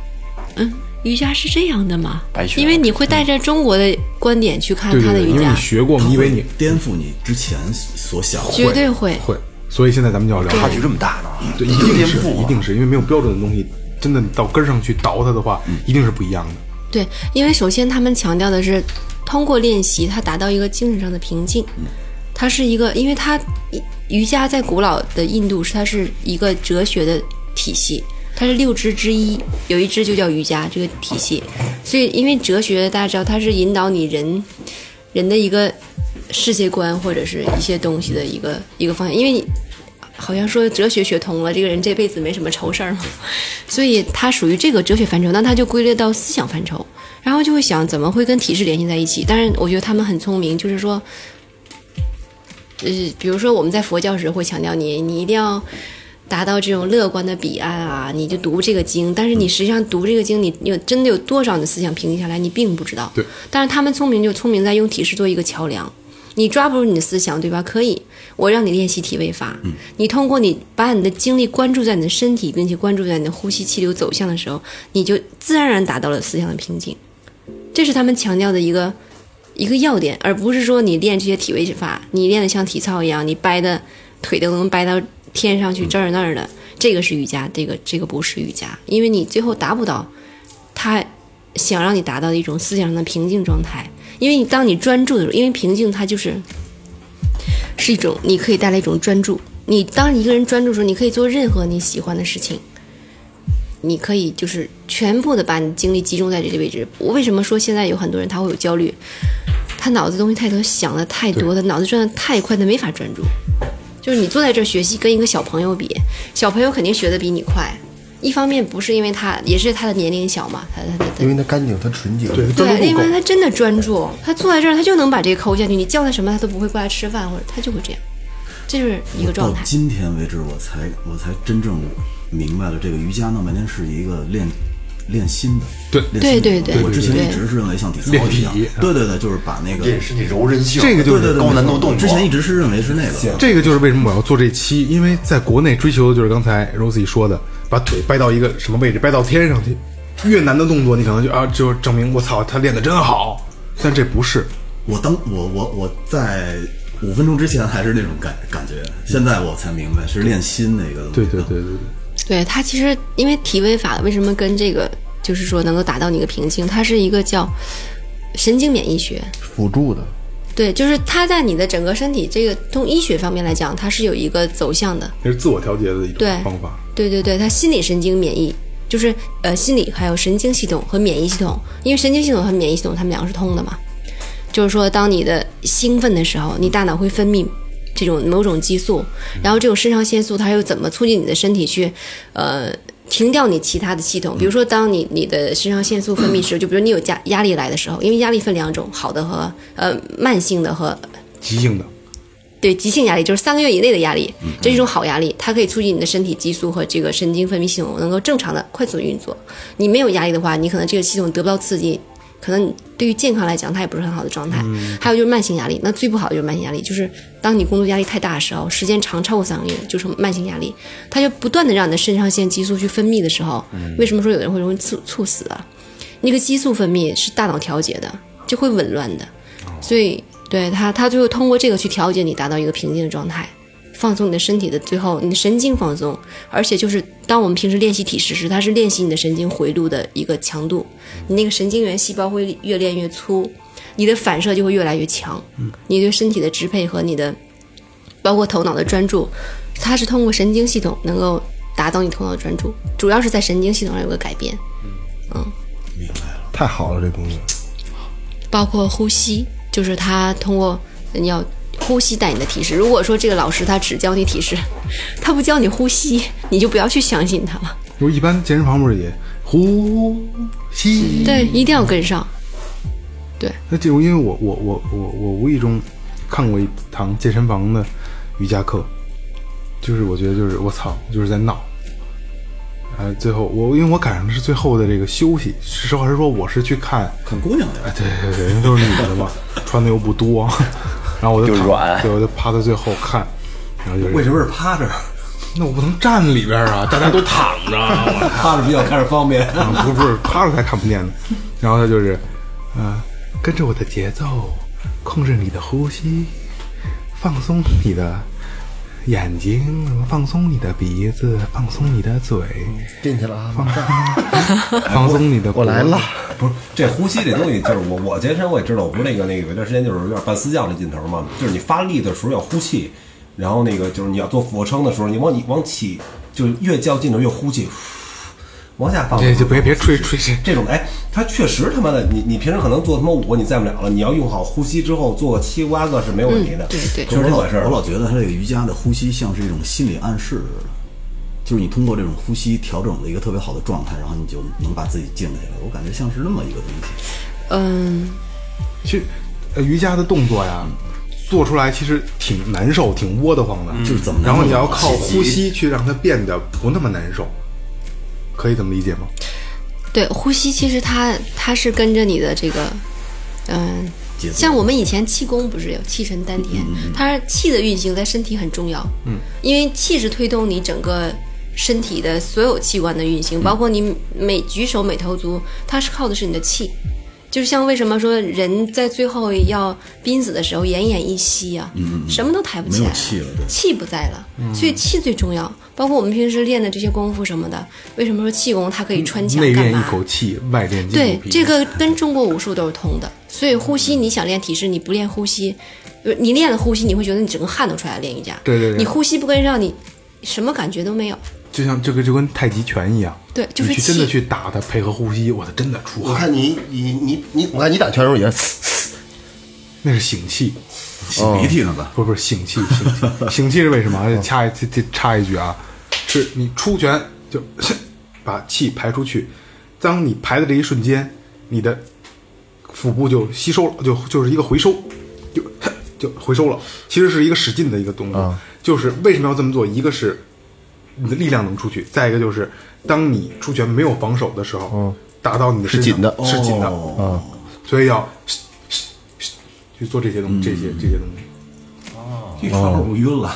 嗯，瑜伽是这样的吗
白？学
因为你会带着中国的观点去看
对
他
对对，
的瑜
因为
伽
你，学过嘛，你以为你
颠覆你之前所想的，
绝对会。
会，所以现在咱们就要聊
差距这么大呢？
对，一定是，一定是因为没有标准的东西，真的你到根儿上去倒它的话，
嗯
一定是不一样的。
对，因为首先他们强调的是，通过练习，它达到一个精神上的平静。它是一个，因为它瑜伽在古老的印度是它是一个哲学的体系，它是六支之一，有一支就叫瑜伽这个体系。所以，因为哲学大家知道，它是引导你人人的一个世界观或者是一些东西的一个一个方向，因为你好像说哲学学通了，这个人这辈子没什么愁事儿嘛， 所以他属于这个哲学范畴，那他就归类到思想范畴，然后就会想怎么会跟体式联系在一起。但是我觉得他们很聪明，就是说，呃，比如说我们在佛教时会强调你，你一定要。达到这种乐观的彼岸啊，你就读这个经，但是你实际上读这个经，你你有真的有多少你的思想平静下来，你并不知道。
对。
但是他们聪明就聪明在用体式做一个桥梁，你抓不住你的思想，对吧？可以，我让你练习体位法。你通过你把你的精力关注在你的身体，并且关注在你的呼吸气流走向的时候，你就自然而然达到了思想的平静。这是他们强调的一个一个要点，而不是说你练这些体位法，你练的像体操一样，你掰的腿都能掰到天上去，这儿那儿的，这个是瑜伽，这个这个不是瑜伽，因为你最后达不到他想让你达到的一种思想上的平静状态。因为你当你专注的时候，因为平静它就是是一种你可以带来一种专注。你当一个人专注的时候，你可以做任何你喜欢的事情，你可以就是全部的把你精力集中在这个位置。我为什么说现在有很多人他会有焦虑？他脑子东西太多，想的太多，他脑子转的太快，他没法专注。就是你坐在这儿学习，跟一个小朋友比，小朋友肯定学的比你快。一方面不是因为他，也是他的年龄小嘛，他他他
因为它干净，它纯净。对，
对，另外他真的专注，他坐在这儿，他就能把这个抠下去。你叫他什么，他都不会过来吃饭，或者他就会这样，这就是一个状
到
态。
今天为止，我才我才真正明白了，这个瑜伽弄半天是一个练练心的，
对
练心的啊
对对对
我之前
对
一直是认为像体操一样
练，啊
对对对，就是把那个
练身体柔韧性，
这个就是
对对对
高难度
没错
动作。
之前一直是认为是那个，
这个就是为什么我要做这期，因为在国内追求的就是刚才 Rosie 说的，把腿掰到一个什么位置，掰到天上去。越难的动作，你可能就啊，就证明我操，他练的真好。但这不是，
我当我我我在五分钟之前还是那种感感觉，现在我才明白是练心那个。
对对对对对。
对他其实因为体位法为什么跟这个就是说能够达到你一个平静，它是一个叫神经免疫学，
辅助的。
对，就是它在你的整个身体这个从医学方面来讲，它是有一个走向的。
那是自我调节的一
对
种方法。
对对对，它心理神经免疫就是呃心理还有神经系统和免疫系统，因为神经系统和免疫系统它们两个是通的嘛。就是说，当你的兴奋的时候，你大脑会分泌这种某种激素，然后这种肾上腺素它又怎么促进你的身体去呃停掉你其他的系统？比如说，当你你的肾上腺素分泌时候，就比如你有压压力来的时候，因为压力分两种，好的和呃慢性的和
急性的，
对急性压力，就是三个月以内的压力，这是一种好压力，它可以促进你的身体激素和这个神经分泌系统能够正常的快速地运作。你没有压力的话，你可能这个系统得不到刺激，可能你对于健康来讲，它也不是很好的状态。还有就是慢性压力，那最不好的就是慢性压力，就是当你工作压力太大的时候，时间长超过三个月，就是慢性压力，它就不断的让你的肾上腺激素去分泌的时候，为什么说有的人会容易猝猝死啊？那个激素分泌是大脑调节的，就会紊乱的，所以对它，它就通过这个去调节你，达到一个平静的状态，放松你的身体的，最后你的神经放松，而且就是当我们平时练习体式时，它是练习你的神经回路的一个强度，你那个神经元细胞会越练越粗，你的反射就会越来越强，你对身体的支配和你的包括头脑的专注，它是通过神经系统能够达到你头脑的专注，主要是在神经系统上有个改变。
太好了，这工作。
包括呼吸，就是他通过你要呼吸带你的提示。如果说这个老师他只教你提示， 他不教你呼吸，你就不要去相信他了。
如一般健身房不是也呼吸？
对，一定要跟上。对，
那这种，因为我我我我我无意中看过一堂健身房的瑜伽课，就是我觉得就是我操，就是在闹。呃，最后我因为我赶上的是最后的这个休息，实话实说，我是去看，
看姑娘的
哎，对对对，因为都是女的嘛， 穿的又不多，然后我就
又
躺
软
对，我就趴在最后看，然后就是
为什么是趴 着？
那我不能站里边儿啊，大家都躺着啊，我
趴着比较看着方便。
啊，不是不是，趴着才看不见呢。然后他就是，呃，跟着我的节奏，控制你的呼吸，放松你的眼睛，什么放松你的鼻子，放松你的嘴，
进去了啊！
放松你的脖
我
子
来了，
不是这呼吸这东西，就是我我健身我也知道，我不是那个那个有一段时间就是有点半私教那劲头嘛，就是你发力的时候要呼气，然后那个就是你要做俯卧撑的时候，你往你往起就是越较劲的越呼气，往下放。
这就别别吹吹吹
这种的哎，它确实他妈的，你你平时可能做他妈五个你站不了了，你要用好呼吸之后做个七八个是没有问题的。
嗯对对
就是这
我
个事
老我
儿。
老觉得他这个瑜伽的呼吸像是一种心理暗示似的，就是你通过这种呼吸调整了一个特别好的状态，然后你就能把自己静下来。我感觉像是那么一个东西。
嗯，
其实、呃瑜伽的动作呀，做出来其实挺难受，挺窝得慌的。
就是怎么
嗯然后你
能
要靠呼吸去让它变得不那么难受，可以这么理解吗？
对，呼吸其实它它是跟着你的这个，嗯、
节奏。嗯
像我们以前气功不是有气沉丹田，它气的运行在身体很重要，嗯，因为气是推动你整个身体的所有器官的运
嗯
行，包括你每举手每投足，它是靠的是你的气。就是像为什么说人在最后要濒死的时候奄奄一息啊，什么都抬不起来，
嗯没有气了对嗯
气不在了，所以气最重要。包括我们平时练的这些功夫什么的，为什么说气功它可以穿墙
内
干
练
嘛？
一口气，外练筋
对
骨，皮
这个跟中国武术都是通的。所以呼吸，你想练体式，你不练呼吸，呃你练了呼吸，你会觉得你整个汗都出来了。练瑜伽，
对对对
你呼吸不跟上，你什么感觉都没有。
就像这个就跟太极拳一样，
对就是
你去真的
气
去打它，配合呼吸，我操，真的出
我
汗，
看你你你你，我看你打拳的时候也
那是醒气。
擤鼻涕呢吧？
不是不是醒气，醒气，醒气是为什么？这掐一这这插一句啊，是你出拳就 把气排出去，当你排的这一瞬间，你的腹部就吸收了，就就是一个回收，就 就回收了。其实是一个使劲的一个动作，就是为什么要这么做？一个是你的力量能出去，再一个就是当你出拳没有防守的时候，打到你的身上
紧的
是紧的，
哦，
所以要 去做这些东西，这些这些东西。
一会儿我晕了，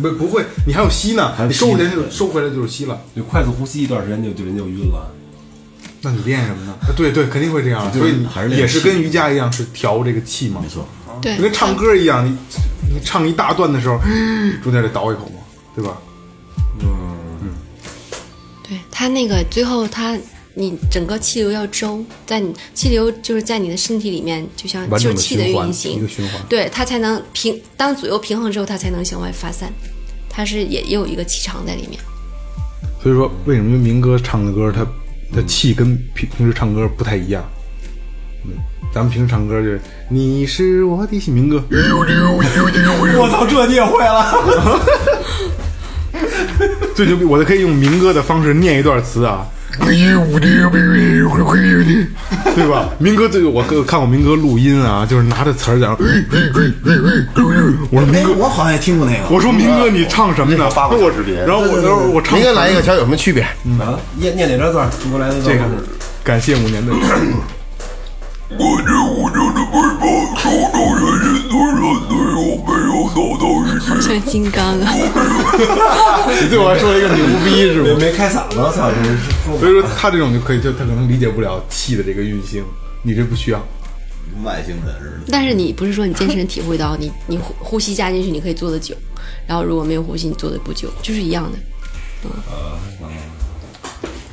不不会，你还有吸呢，
有
你
吸
收回来就收回来就是吸了。
就快速呼吸一段时间就就人就晕了。
那你练什么呢？啊对对，肯定会这样。
就是
所以你
还是练
也是
气
跟瑜伽一样，是调这个气嘛
没。错，
对
就，跟唱歌一样，你你唱一大段的时候，中间得倒一口嘛，对吧？
对它那个最后它。你整个气流要周，在你气流就是在你的身体里面，就像
完
就
整的
是气的
循环
运，行，
一个循环。
对它才能平，当左右平衡之后，它才能向外发散，它是也也有一个气场在里面。
所以说，为什么明哥唱的歌，他他气跟平平时唱歌不太一样？嗯，咱们平时唱歌就是你是我的心，明哥。
我操，这你也会了？
最牛逼，我都可以用民歌的方式念一段词啊。对吧？民歌最我看过民歌录音啊，就是拿着词儿在那儿。我说民
哎，
歌，
我好像也听过那个。
我说民歌，你唱什么呢？
发过小视频
然后我说我唱
明天来一个瞧有什么区别？
啊，念念哪段字儿？中国来的
这
段
个
方式。，
感谢五年的。
像金刚 啊，
你对我还说了一个牛逼是
没
吧？
没开嗓子，我操，真是说
所以说他这种就可以，就他可能理解不了气的这个运行，你这不需要。
外星人似的，
但是你不是说你健身体会到 你你呼呼吸加进去，你可以做的久，然后如果没有呼吸，你做的不久，就是一样的。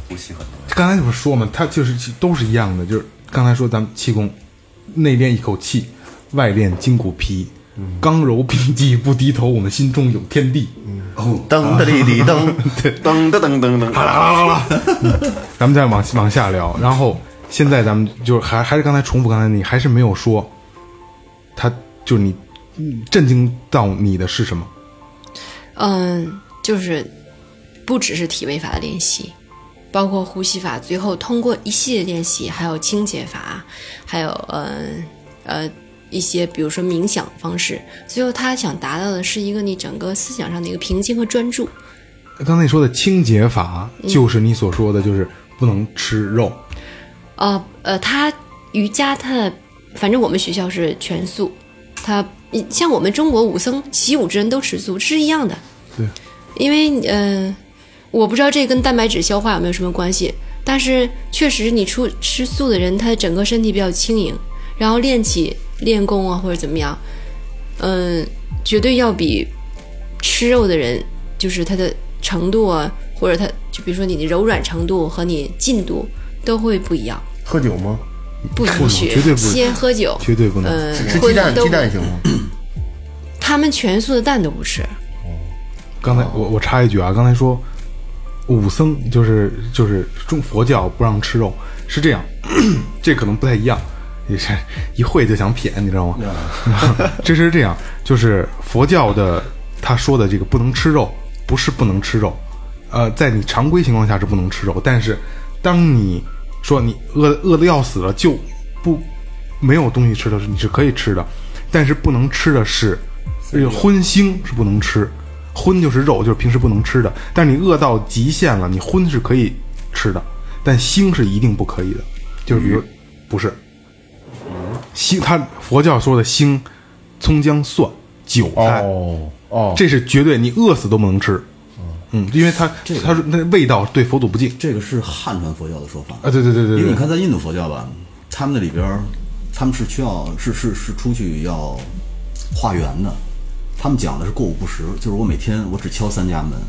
呼吸很多。
刚才你不是说嘛，它就是都是一样的，就是刚才说咱们气功，内练一口气，外练筋骨皮，刚柔并济，不低头，我们心中有天地。
噔的哩哩噔，
噔噔噔噔噔，
啊嗯咱们再往往下聊，然后现在咱们就是还还是刚才重复刚才你还是没有说，他就是你嗯震惊到你的是什么？
嗯，就是不只是体位法的练习，包括呼吸法，最后通过一系列练习，还有清洁法，还有嗯呃一些比如说冥想方式，最后他想达到的是一个你整个思想上的一个平静和专注。
刚才你说的清洁法，就是你所说的，就是不能吃肉，
呃呃，他瑜伽他的，反正我们学校是全素，他像我们中国武僧习武之人都吃素是一样的。
对，
因为嗯、呃我不知道这跟蛋白质消化有没有什么关系，但是确实你出吃素的人，他整个身体比较轻盈，然后练起练功啊或者怎么样，嗯、绝对要比吃肉的人，就是他的程度啊，或者他就比如说你的柔软程度和你进度都会不一样。
喝酒吗？
不
不允
能
许，
绝对不能
先喝酒，
绝对不能
呃，
吃
荤
鸡蛋
都
鸡蛋行吗？
他们全素的蛋都不吃，
刚才我我插一句啊，刚才说武僧就是就是中佛教不让吃肉，是这样， 这可能不太一样，也是一会就想撇，你知道吗？ 这是这样，就是佛教的他说的这个不能吃肉，不是不能吃肉，呃，在你常规情况下是不能吃肉，但是当你说你饿饿的要死了就不没有东西吃的时候，你是可以吃的，但是不能吃的是这个荤腥是不能吃，荤就是肉，就是平时不能吃的，但是你饿到极限了，你荤是可以吃的，但腥是一定不可以的，就是比如不是。星，他佛教说的星、葱姜蒜、韭菜，
哦哦，
这是绝对你饿死都不能吃。嗯，因为它它说那味道对佛祖不敬
这个是汉传佛教的说法
啊。对对对对
因为
对
你，看，在印度佛教吧，他们那里边儿，他们是需要是是是出去要化缘的，他们讲的是过午不食，就是我每天我只敲三家门，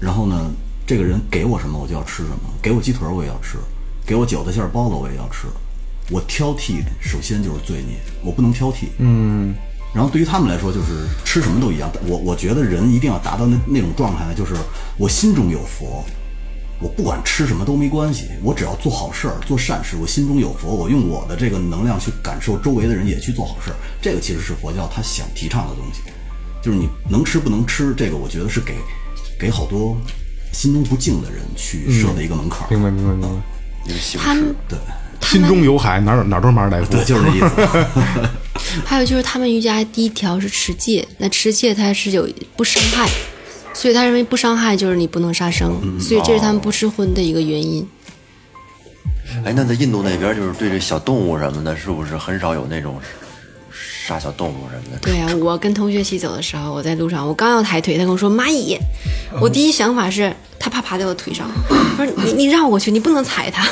然后呢，这个人给我什么我就要吃什么，给我鸡腿儿我也要吃，给我饺子馅儿包子我也要吃，我挑剔首先就是罪孽，我不能挑剔，嗯。然后对于他们来说，就是吃什么都一样。我我觉得人一定要达到那那种状态呢，就是我心中有佛，我不管吃什么都没关系，我只要做好事儿、做善事，我心中有佛，我用我的这个能量去感受周围的人也去做好事儿，这个其实是佛教他想提倡的东西，就是你能吃不能吃，这个我觉得是给给好多心中不敬的人去设的一个门槛儿，
明白明白明白。
他们
对
心中有海，哪儿有哪儿都啊是马尔代夫。
对，就是这意思。
还有就是他们瑜伽第一条是持戒，那持戒它是有不伤害，所以他认为不伤害就是你不能杀生，
嗯
所以这
哦
是他们不吃荤的一个原因。
哎，那在印度那边，就是对这小动物什么的，是不是很少有那种杀小动物什么的？
对啊，我跟同学一起走的时候，我在路上，我刚要抬腿，他跟我说蚂蚁，
嗯
我第一想法是他怕爬在我腿上， 我说你你绕过去，你不能踩它。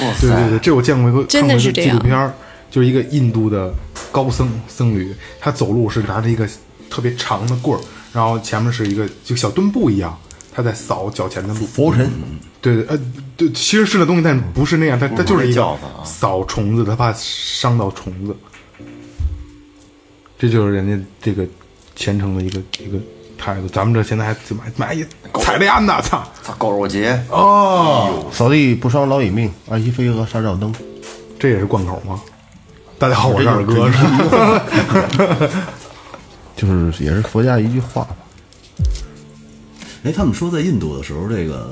哇
对对
塞，
对，这我见过一个，
真的是
看过一个
这样
纪录片儿，就是一个印度的高僧僧侣，他走路是拿着一个特别长的棍儿，然后前面是一个就小墩布一样，他在扫脚前的路。
佛尘，
对对，呃，对，其实是那东西，但不是那样，它它就是一个
不是那叫法啊
扫虫子，它怕伤到虫子。这就是人家这个虔诚的一个一个态度。咱们这现在还怎么买一踩雷安呢？啊操！
操，狗肉节，
扫地不伤老以命，爱惜飞蛾杀照灯。
这也是贯口吗？大家好，我是二哥，是
就是也是佛家一句话吧。
哎，他们说在印度的时候，这个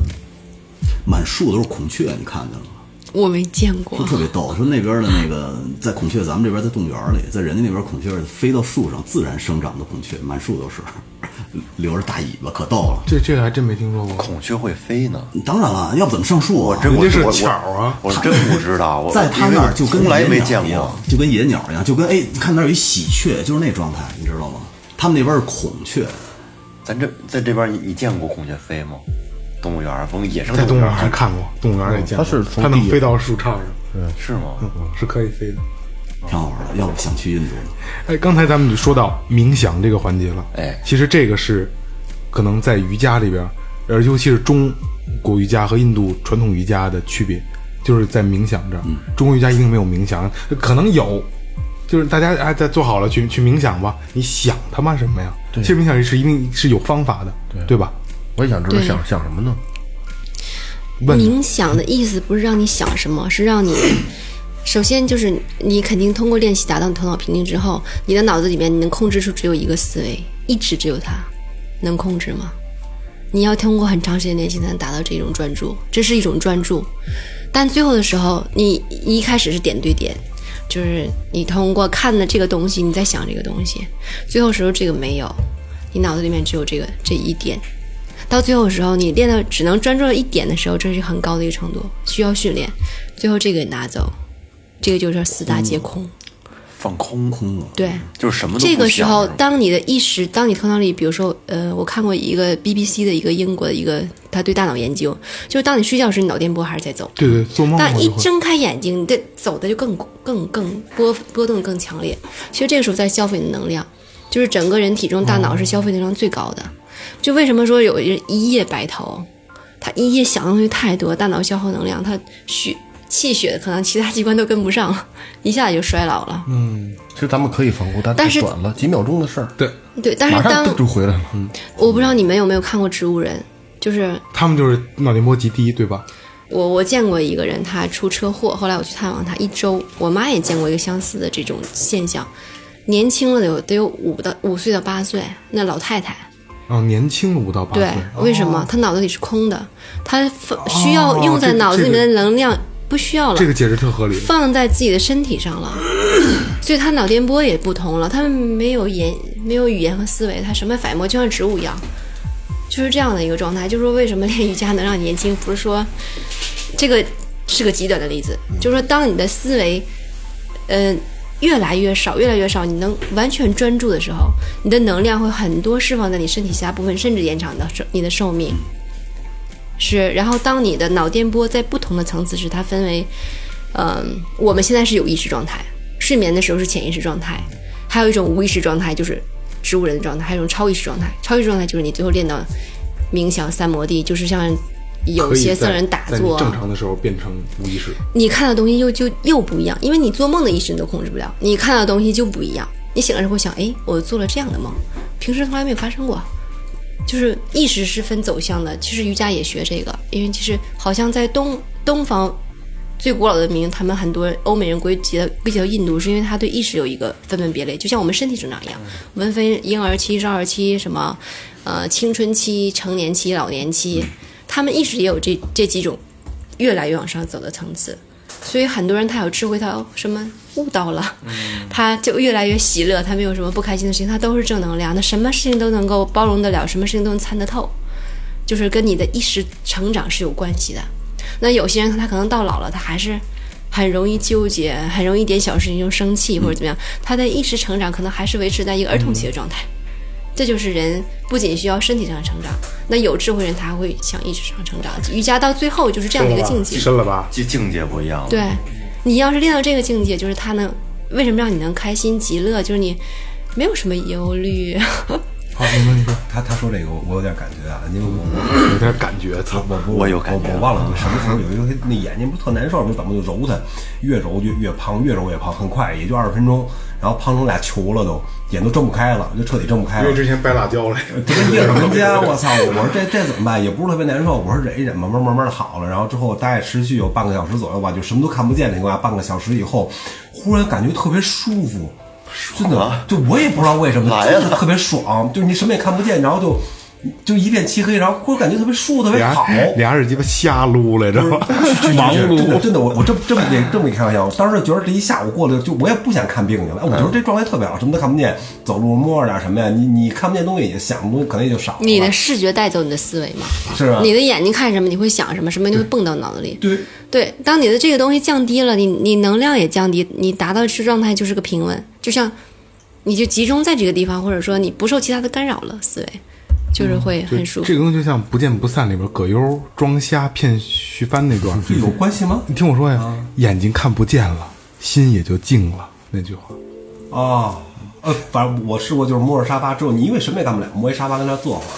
满树都是孔雀，你看见了吗？
我没见过
就，特别逗，说那边的那个在孔雀，咱们这边在动物园里，在人家那边孔雀飞到树上自然生长的孔雀，满树都是， 留着大尾巴，可逗了。
这这还真没听说过。
孔雀会飞呢？
当然了，要不怎么上树啊？
真
人
我
家是
我
巧啊
我我真不知道，我
在他那儿就跟
从来
野
没
鸟
见
一
过
样，，就跟野鸟一样，就跟哎，你看那儿有一喜鹊，就是那状态，你知道吗？他们那边是孔雀，
咱这在这边你你见过孔雀飞吗？动物园儿，甭野生
在动
动
物
物
园
园
还
儿
看过，动物园也见过。
它是从
它能
地
飞到树杈上，
是吗？
是可以飞的。
挺好玩的。要不想去印度呢？
哎，刚才咱们就说到冥想这个环节了。
哎
其实这个是可能在瑜伽里边，而尤其是中国瑜伽和印度传统瑜伽的区别，就是在冥想这儿。中国瑜伽一定没有冥想，可能有，就是大家哎，在做好了去去冥想吧。你想他妈什么呀？其实冥想是一定是有方法的，对对吧？
我也想知道
对
想想什么呢？
问
冥想的意思不是让你想什么，是让你 首先就是你肯定通过练习达到你头脑平静之后，你的脑子里面你能控制住只有一个思维，一直只有它，能控制吗？你要通过很长时间练习才能达到这种专注，这是一种专注。但最后的时候，你你一开始是点对点，就是你通过看的这个东西，你在想这个东西，最后时候这个没有，你脑子里面只有这个这一点。到最后的时候，你练到只能专注一点的时候，这是很高的一个程度，需要训练。最后这个拿走，这个就是四大皆空。
放空空了，
对，
就是嗯什么都
这
不
个时
想啊
候，
是吧
当你的意识，当你头脑里，比如说，呃，我看过一个 BBC 的一个英国的一个，他对大脑研究，就是当你睡觉时，你脑电波还是在走，
对对，做梦
但
我
一
就会
睁开眼睛，你的走的就更更更波波动更强烈。其实这个时候在消费你的能量，就是整个人体中大脑是消费能量最高的。就为什么说有人一夜白头，他一夜想的东西太多，大脑消耗能量，他血气血可能其他器官都跟不上， 一下子就衰老了。
其实咱们可以放空，但
但
太
是
短了，几秒钟的事儿，
对
对，但是
马上
当
就就回来了。
我不知道你们有没有看过《植物人》，就是
他们就是脑电波极低，对吧？
我我见过一个人，他出车祸，后来我去探望他一周。我妈也见过一个相似的这种现象，年轻了得有得有五到五岁到八岁，那老太太，
啊，年轻的五到八岁啊哦
对，，为什么她脑子里是空的？她放需要用在
这
脑子里面
这
的能量不需要了，
这个解释特合理。
放在自己的身体上了，所以她脑电波也不同了，他们没有言没有语言和思维，她什么反应不就像植物一样，就是这样的一个状态。就是说，为什么练瑜伽能让你年轻？不
嗯
是说这个是个极端的例子，就是说，当你的思维嗯、越来越少，越来越少，你能完全专注的时候，你的能量会很多释放在你身体其他部分，甚至延长到寿你的寿命。
嗯
是，然后当你的脑电波在不同的层次时，它分为，嗯、我们现在是有意识状态，睡眠的时候是潜意识状态，还有一种无意识状态就是植物人的状态，还有一种超意识状态。超意识状态就是你最后练到冥想三摩地，就是像有
可以
些僧
在
人打
在你
坐，啊
正常的时候变成无意识。
你看到东西又就又不一样，因为你做梦的意识你都控制不了，你看到东西就不一样。你醒了之后想，哎，我做了这样的梦，平时从来没有发生过。就是意识是分走向的，其实瑜伽也学这个，因为其实好像在东东方最古老的民，他们很多欧美人归结到归结到印度，是因为他对意识有一个分门别类，就像我们身体成长一样，我们分婴儿期、少儿期，什么呃青春期、成年期、老年期，他们意识也有这这几种越来越往上走的层次。所以很多人他有智慧，他有什么悟到了，他就越来越喜乐，他没有什么不开心的事情，他都是正能量，那什么事情都能够包容得了，什么事情都能参得透，就是跟你的意识成长是有关系的。那有些人他可能到老了，他还是很容易纠结，很容易一点小事情就生气或者怎么样，他的意识成长可能还是维持在一个儿童期的状态。这就是人不仅需要身体上的成长，那有智慧人他会向意识上成长。瑜伽到最后就是这样的一个境界。
深了吧？
境境界不一样了。
对，你要是练到这个境界，就是他能为什么让你能开心极乐，就是你没有什么忧虑。
好，你说你说，他他说这个我我有点感觉啊，因为我 我
有点感觉，操！
我不
我有感觉
我我忘了什么时候有一个那眼睛不是特难受吗？咱们就揉它，越揉越越胖，越揉越胖，很快也就二十分钟，然后胖成俩球了都，眼都睁不开了，就彻底睁不开
因
了
为。之前掰辣椒了，
这 跟夜回家，我操！我说这这怎么办？也不是特别难受，我说忍一忍，慢慢慢慢的好了。然后之后大概持续有半个小时左右吧，就什么都看不见的情况下，半个小时以后，忽然感觉特别舒服，真的，就我也不知道为什么，
啊来了
真的特别爽，就是你什么也看不见，然后就就一片漆黑，然后忽然感觉特别舒服，特别
俩
好。
俩是鸡巴瞎撸来着，
忙碌，真的真的，我我这这么这这么一开玩笑，我当时就觉得这一下午过了，就我也不想看病去了。哎，我觉得
嗯
这状态特别好，什么都看不见，走路摸着点什么呀，你你看不见东西，也想的东西可能也就少了。
你的视觉带走你的思维嘛，
是吧
你的眼睛看什么，你会想什么，什么就会蹦到脑子里。
对
嗯
对，当你的这个东西降低了，你你能量也降低，你达到这状态就是个平稳，就像你就集中在这个地方，或者说你不受其他的干扰了，思维
嗯
就是会很舒服。
这个东西就像《不见不散》里边葛优装瞎骗徐帆那段，
这有关系啊吗？
你听我说呀，眼睛看不见了，心也就静了。那句话，
啊，呃，反正我试过，就是摸着沙发之后，你因为什么也干不了，摸一沙发跟那儿坐会儿，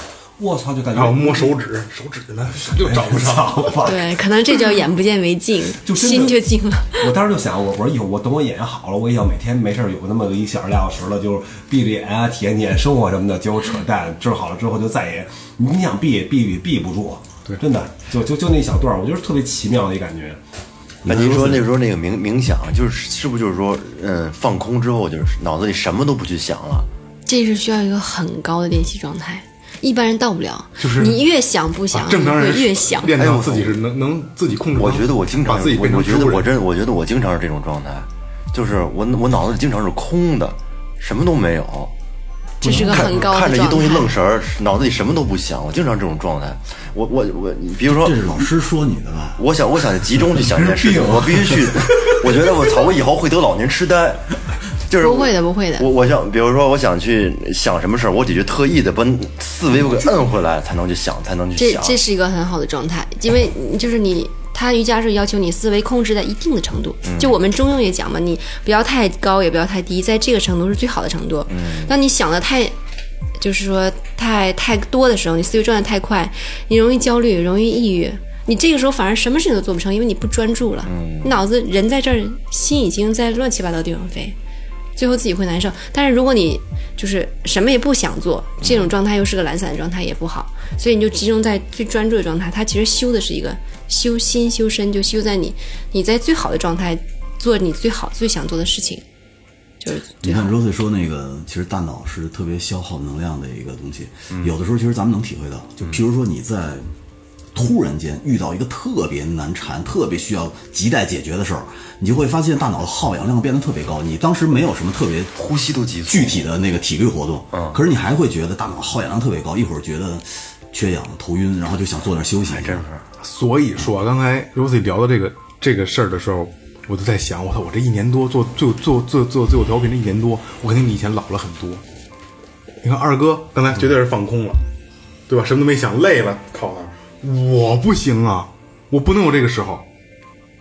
我操，就感觉
然后摸手指，手指呢又找不 着。
操吧。
对，可能这叫眼不见为净，
就真的
心就静了。
我当时就想，我我说以后我等我眼睛好了，我也要每天没事儿有那么一小时俩小时了，就是闭着眼啊，体验体验生活什么的。结果扯淡，治好了之后就再也你想闭也闭也闭不住，对，真的就就就那一小段儿，我觉得特别奇妙的一感觉。
那您说那时候那个冥冥想，就是是不是就是说，嗯，放空之后就是脑子里什么都不去想了，
这是需要一个很高的练习状态，一般人到不了。
就是
你越想不想，
啊正常人
你会越想。
练到自己是能能自己控制它。
我觉得我经常，
把自己
我
变
我
成
觉
植
得
物人
我真，我觉得我经常是这种状态，就是我我脑子里经常是空的，什么都没有，
这是个很高的
看着一
状态
东西愣神儿，脑子里什么都不想，我经常这种状态。我我我，比如说
这，是老师说你的吧？
我想我想集中去想一件事情，
啊
我必须去， 我觉得我操，我以后会得老年痴呆。就是
不会的不会的
我我想，比如说，我想去想什么事儿，我得去特意的把思维给摁回来，才能去想，才能去
这
想。
这是一个很好的状态，因为你就是你，他瑜伽是要求你思维控制在一定的程度。就我们中庸也讲嘛，你不要太高，也不要太低，在这个程度是最好的程度。当你想的太，就是说太太多的时候，你思维转的太快，你容易焦虑，容易抑郁。你这个时候反而什么事情都做不成，因为你不专注了，你脑子人在这儿，心已经在乱七八糟地方飞。最后自己会难受。但是如果你就是什么也不想做，这种状态又是个懒散的状态，也不好。所以你就集中在最专注的状态，它其实修的是一个修心修身，就修在你你在最好的状态做你最好最想做的事情，就是
你
最好
看 Rose 说那个，其实大脑是特别消耗能量的一个东西。
嗯
有的时候其实咱们能体会到，就譬如说你在突然间遇到一个特别难缠、特别需要亟待解决的事儿，你就会发现大脑的耗氧量变得特别高。你当时没有什么特别
呼吸都急促嗯
具体的那个体力活动，可是你还会觉得大脑耗氧量特别高，一会儿觉得缺氧、头晕，
哎
然后就想坐那儿休息。真是，
所以说，刚才 Rosie 聊到这个这个事儿的时候，我就在想，我操，我这一年多做做做做做最后调频这一年多，我肯定比以前老了很多。你看二哥刚才绝对是放空了，对吧？什么都没想，累了，靠那儿，我不行啊，我不能有这个时候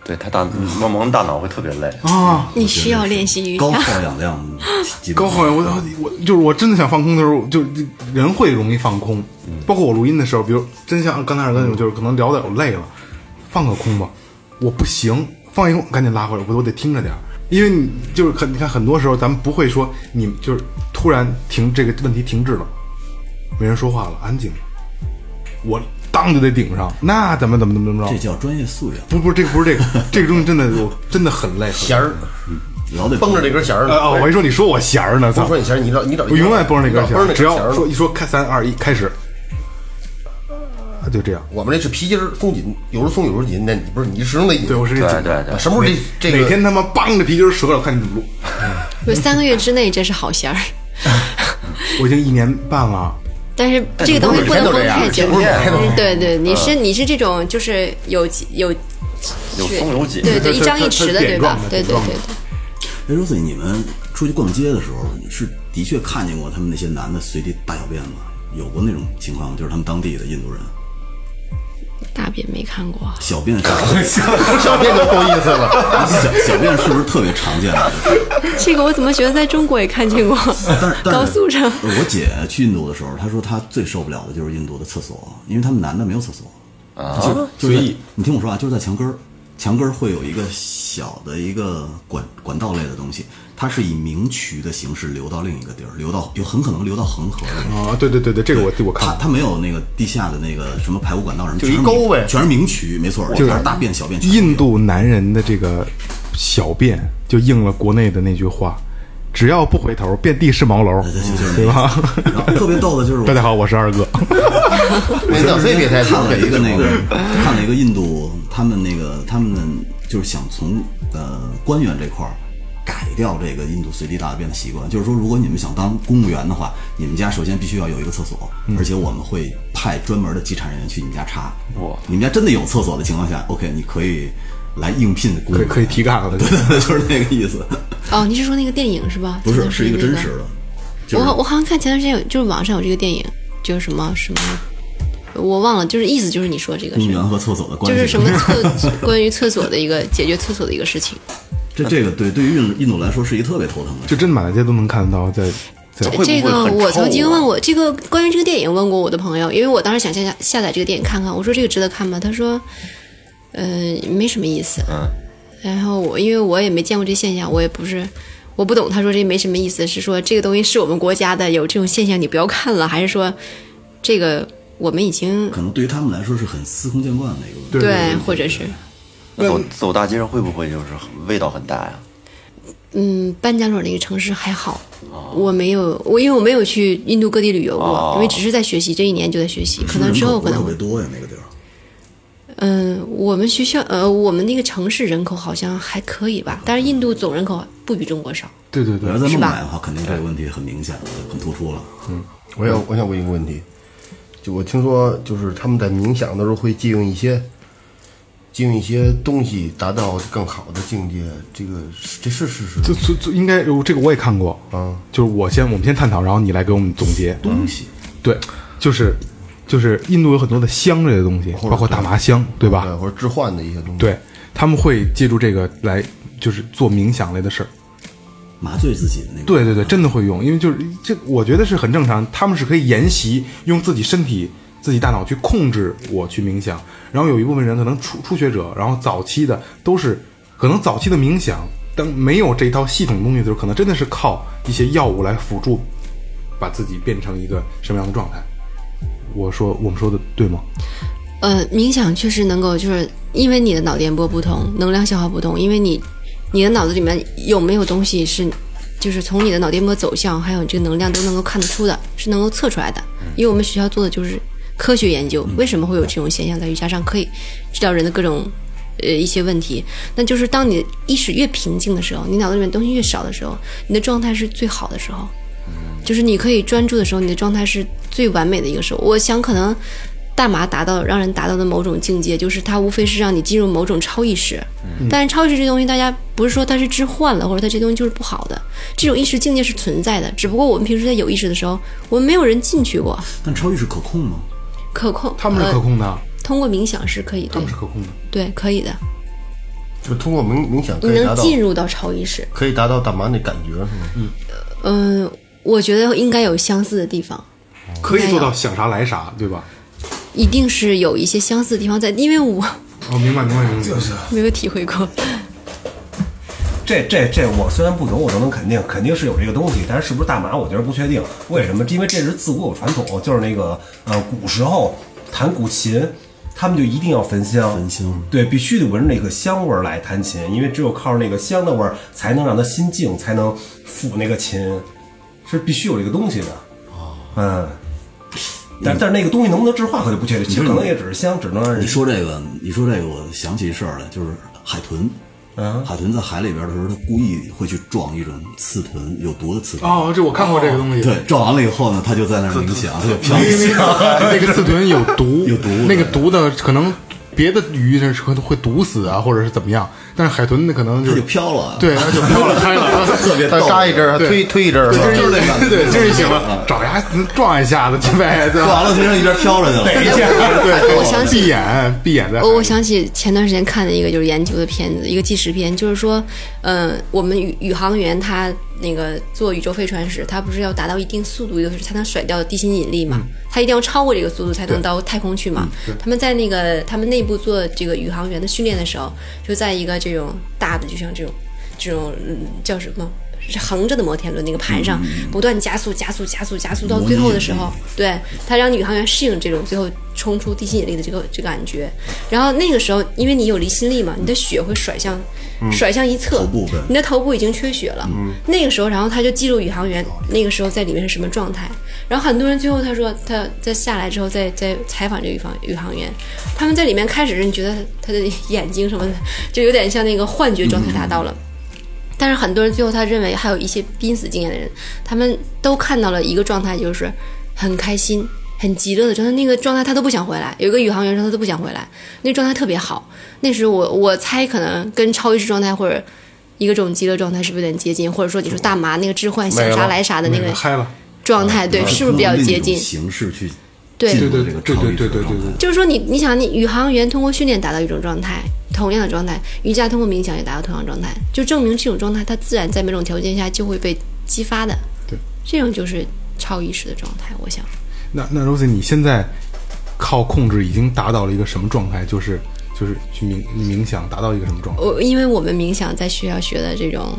对他大嗯萌萌大脑会特别累，
啊！
你需要练习瑜
高
伽。
耗氧量，基本
高考我我我就是我真的想放空的时候，就人会容易放空，
嗯
包括我录音的时候，比如真像刚才二哥那种，就是可能聊的我累了，放个空吧，我不行，放一空赶紧拉回来，我我得听着点儿，因为你就是很你看很多时候咱们不会说你就是突然停这个问题停滞了，没人说话了，安静了，我当就得顶上，那怎么怎么怎么怎么
这
着？
叫专业素养，
不不，这个不是这个，这个东西真的我真的很累。
弦儿
老得
绷着这根弦儿
呃
呢。
哦，我一说你说我闲儿呢，
不
操！
说你弦儿，你老你老
我永远绷着那根
你老绷
弦，
着
只
弦
要
儿
说一说开三二一开始，啊，就这样。
我们这是皮筋儿松紧，有时候松有时候紧，那你不是你始终得紧。
对，我是这
对
紧
对对
啊，什么时候这这个
每天他妈梆着皮筋儿折了，看你怎么录。
有三个月之内，这是好 弦儿，
我已经一年半了，
但是这个东西不能绷太久。
不是每天都这样
对对，你是你是这种就是有有
有松有紧。
对
这
对一张一
这这
弛的，对
点状
吧
的？
对
点
对
状的
对对，
哎，Rosie，你们出去逛街的时候，是的确看见过他们那些男的随地大小便吗？有过那种情况吗，就是他们当地的印度人
大便没看过。
小便是不是
小便就够意思 了。
小小便是不是特别常见的？
这个我怎么觉得在中国也看见过？
啊但是但是
高速上
我姐去印度的时候，她说她最受不了的就是印度的厕所，因为他们男的没有厕所，啊，就是在你听我说啊，就是在墙根儿，墙根儿会有一个小的一个管管道类的东西，它是以明渠的形式流到另一个地儿，流到有很可能流到恒河的。
啊，对对对对，这个我我看
它
过。
它没有那个地下的那个什么排污管道什么，
就
全
一
是
沟
明
呗
全是明渠，没错，
就是
全是大便小便。全是
印度男人的这个小便，就应了国内的那句话：只要不回头，遍地是毛楼，对吧？
然后特别逗的就是我
大家好，我是二哥。
那尿费别太
看
多，
了一个那个，看了一个印度，他们那个他们就是想从呃官员这块儿改掉这个印度随地大小便的习惯，就是说，如果你们想当公务员的话，你们家首先必须要有一个厕所，而且我们会派专门的稽查人员去你们家查。
哇
你们家真的有厕所的情况下，OK，你可以来应聘的公务
可以
员，
可以提干了，
对，对对， 就是那个意思，
哦，你是说那个电影是吧？
不是
前段时
是一
间
个
那
真实的。就是
我好我好像看前段时间有，就是网上有这个电影，就是什么什么，我忘了，就是意思就是你说这个
公务
是
员
吧，
和厕所的嗯关
就
系，
是什么厕 关于厕所的一个解决厕所的一个事情。
这这个对对于印印度来说是一个特别头疼的事。
就真满大街都能看到，在在
会不会
这个
很
我
臭
曾经问
啊
我这个关于这个电影问过我的朋友，因为我当时想下下下载这个电影看看，我说这个值得看吗？他说，嗯、没什么意思。嗯。然后我因为我也没见过这现象，我也不是我不懂。他说这没什么意思，是说这个东西是我们国家的，有这种现象你不要看了，还是说这个我们已经
可能对于他们来说是很司空见惯的一个问题。
对或者是
那走走大街上会不会就是味道很大呀？
嗯，班加罗尔那个城市还好，我没有我因为我没有去印度各地旅游过，
哦
因为只是在学习，这一年就在学习，可能之后可能
特
会
别多呀，那个地儿。
嗯，我们学校呃，我们那个城市人口好像还可以吧，但是印度总人口不比中国少。
对对对
要，在孟
是吧
买的话，肯定这个问题很明显了，很突出了。
我想我想问一个问题，就我听说就是他们在冥想的时候会借用一些，借用一些东西达到更好的境界，这个这是事实吗。
就就就应该有这个我也看过
啊，
就是我先我们先探讨，然后你来给我们总结嗯
东西
对，就是就是印度有很多的香类的东西，
者
包括大麻香，对吧？
对，或者置换的一些东西。
对，他们会借助这个来就是做冥想类的事儿。
麻醉自己的那个，
对对对，真的会用，因为就是这，我觉得是很正常。他们是可以研习用自己身体、自己大脑去控制我去冥想。然后有一部分人可能初初学者，然后早期的都是可能早期的冥想，当没有这套系统东西的时候，可能真的是靠一些药物来辅助，把自己变成一个什么样的状态。我说我们说的对吗？
呃，冥想确实能够，就是因为你的脑电波不同，能量消耗不同，因为你你的脑子里面有没有东西是，就是从你的脑电波走向，还有你这个能量都能够看得出的，是能够测出来的。因为我们学校做的就是科学研究，为什么会有这种现象在瑜伽上可以治疗人的各种呃一些问题？那就是当你意识越平静的时候，你脑子里面东西越少的时候，你的状态是最好的时候。就是你可以专注的时候，你的状态是最完美的一个时候。我想可能大麻达到让人达到的某种境界，就是它无非是让你进入某种超意识。
嗯
但是超意识这东西，大家不是说它是置换了，或者它这东西就是不好的，这种意识境界是存在的。只不过我们平时在有意识的时候，我们没有人进去过，
但超意识可控吗？
可控。
他们是可控的，
呃通过冥想是可以，
他
对
们是可控的。
对，可以的。
就通过冥冥想
你
可以达
能
到
进入到超意识，
可以达到大麻那感觉是吗？嗯，
嗯、我觉得应该有相似的地方。
可以做到想啥来啥，对吧？
一定是有一些相似的地方在，因为我
哦，明白明白明白。就是，
没有体会过。
这这这，我虽然不懂，我都能肯定，肯定是有这个东西，但是是不是大麻，我觉得不确定。为什么？因为这是自古有传统，就是那个呃，古时候弹古琴，他们就一定要焚香，焚
香，
对，必须得闻着那个香味儿来弹琴，因为只有靠着那个香的味儿，才能让他心静，才能抚那个琴，是必须有这个东西的。嗯，但但是那个东西能不能制化，可就不确定。其实可能也只是香，只能让人
你说这个，你说这个，我想起一事儿来，就是海豚。海豚在海里边的时候，它故意会去撞一种刺豚，有毒的刺豚。
哦，这我看过这个东西。
对，撞完了以后呢，它就在那儿冥想，它就飘起来。
那个刺豚有毒，
有毒
那个毒呢，可能别的鱼是可能会毒死啊，或者是怎么样，但是海豚那可能
它
就
就飘了，啊
对，它就飘了开了。
特别
他
逗。
扎一针儿，他
对
推推一针儿，是吧
对就是那个
对，就是行了，找牙撞一下子去呗，对
撞
吧？
完了，就让一边飘着去了。
对，
我想起哦
闭眼，闭眼在海里。
我我想起前段时间看的一个就是研究的片子，一个纪实片，就是说，嗯、我们宇宇航员他那个坐宇宙飞船时，他不是要达到一定速度，就是才能甩掉地心引力嘛？他一定要超过这个速度才能到太空去嘛？他们在那个他们内部做这个宇航员的训练的时候，就在一个这种大的，就像这种这种、嗯、叫什么？是横着的摩天轮那个盘上，不断加速、加速、加速、加速，到最后的时候，对它让宇航员适应这种最后冲出地心引力的这个这个感觉。然后那个时候，因为你有离心力嘛，你的血会甩向、甩向一侧，
部呗
你的头部已经缺血了。那个时候，然后他就记录宇航员那个时候在里面是什么状态。然后很多人最后他说他在下来之后再再采访这个宇航宇航员，他们在里面开始你觉得他的眼睛什么的就有点像那个幻觉状态达到了。但是很多人最后他认为还有一些濒死经验的人，他们都看到了一个状态，就是很开心、很极乐的状态。那个状态他都不想回来。有一个宇航员说他都不想回来，那个状态特别好。那时候我我猜可能跟超意识状态或者一个这种极乐状态是不是有点接近？或者说你说大麻那个置换想啥来啥的那
没
个
了嗨了，
状态，对，是不是比较接近
用？形式去
对
进入这
对对
个
对
超意
对
识
对对
状
对
态
对。
就是说你，你想，你宇航员通过训练达到一种状态，同样的状态，瑜伽通过冥想也达到同样状态，就证明这种状态它自然在某种条件下就会被激发的。
对，
这种就是超意识的状态，我想。
那那 Rosie，你现在靠控制已经达到了一个什么状态？就是就是去冥冥想达到一个什么状态？
我因为我们冥想在学校学的这种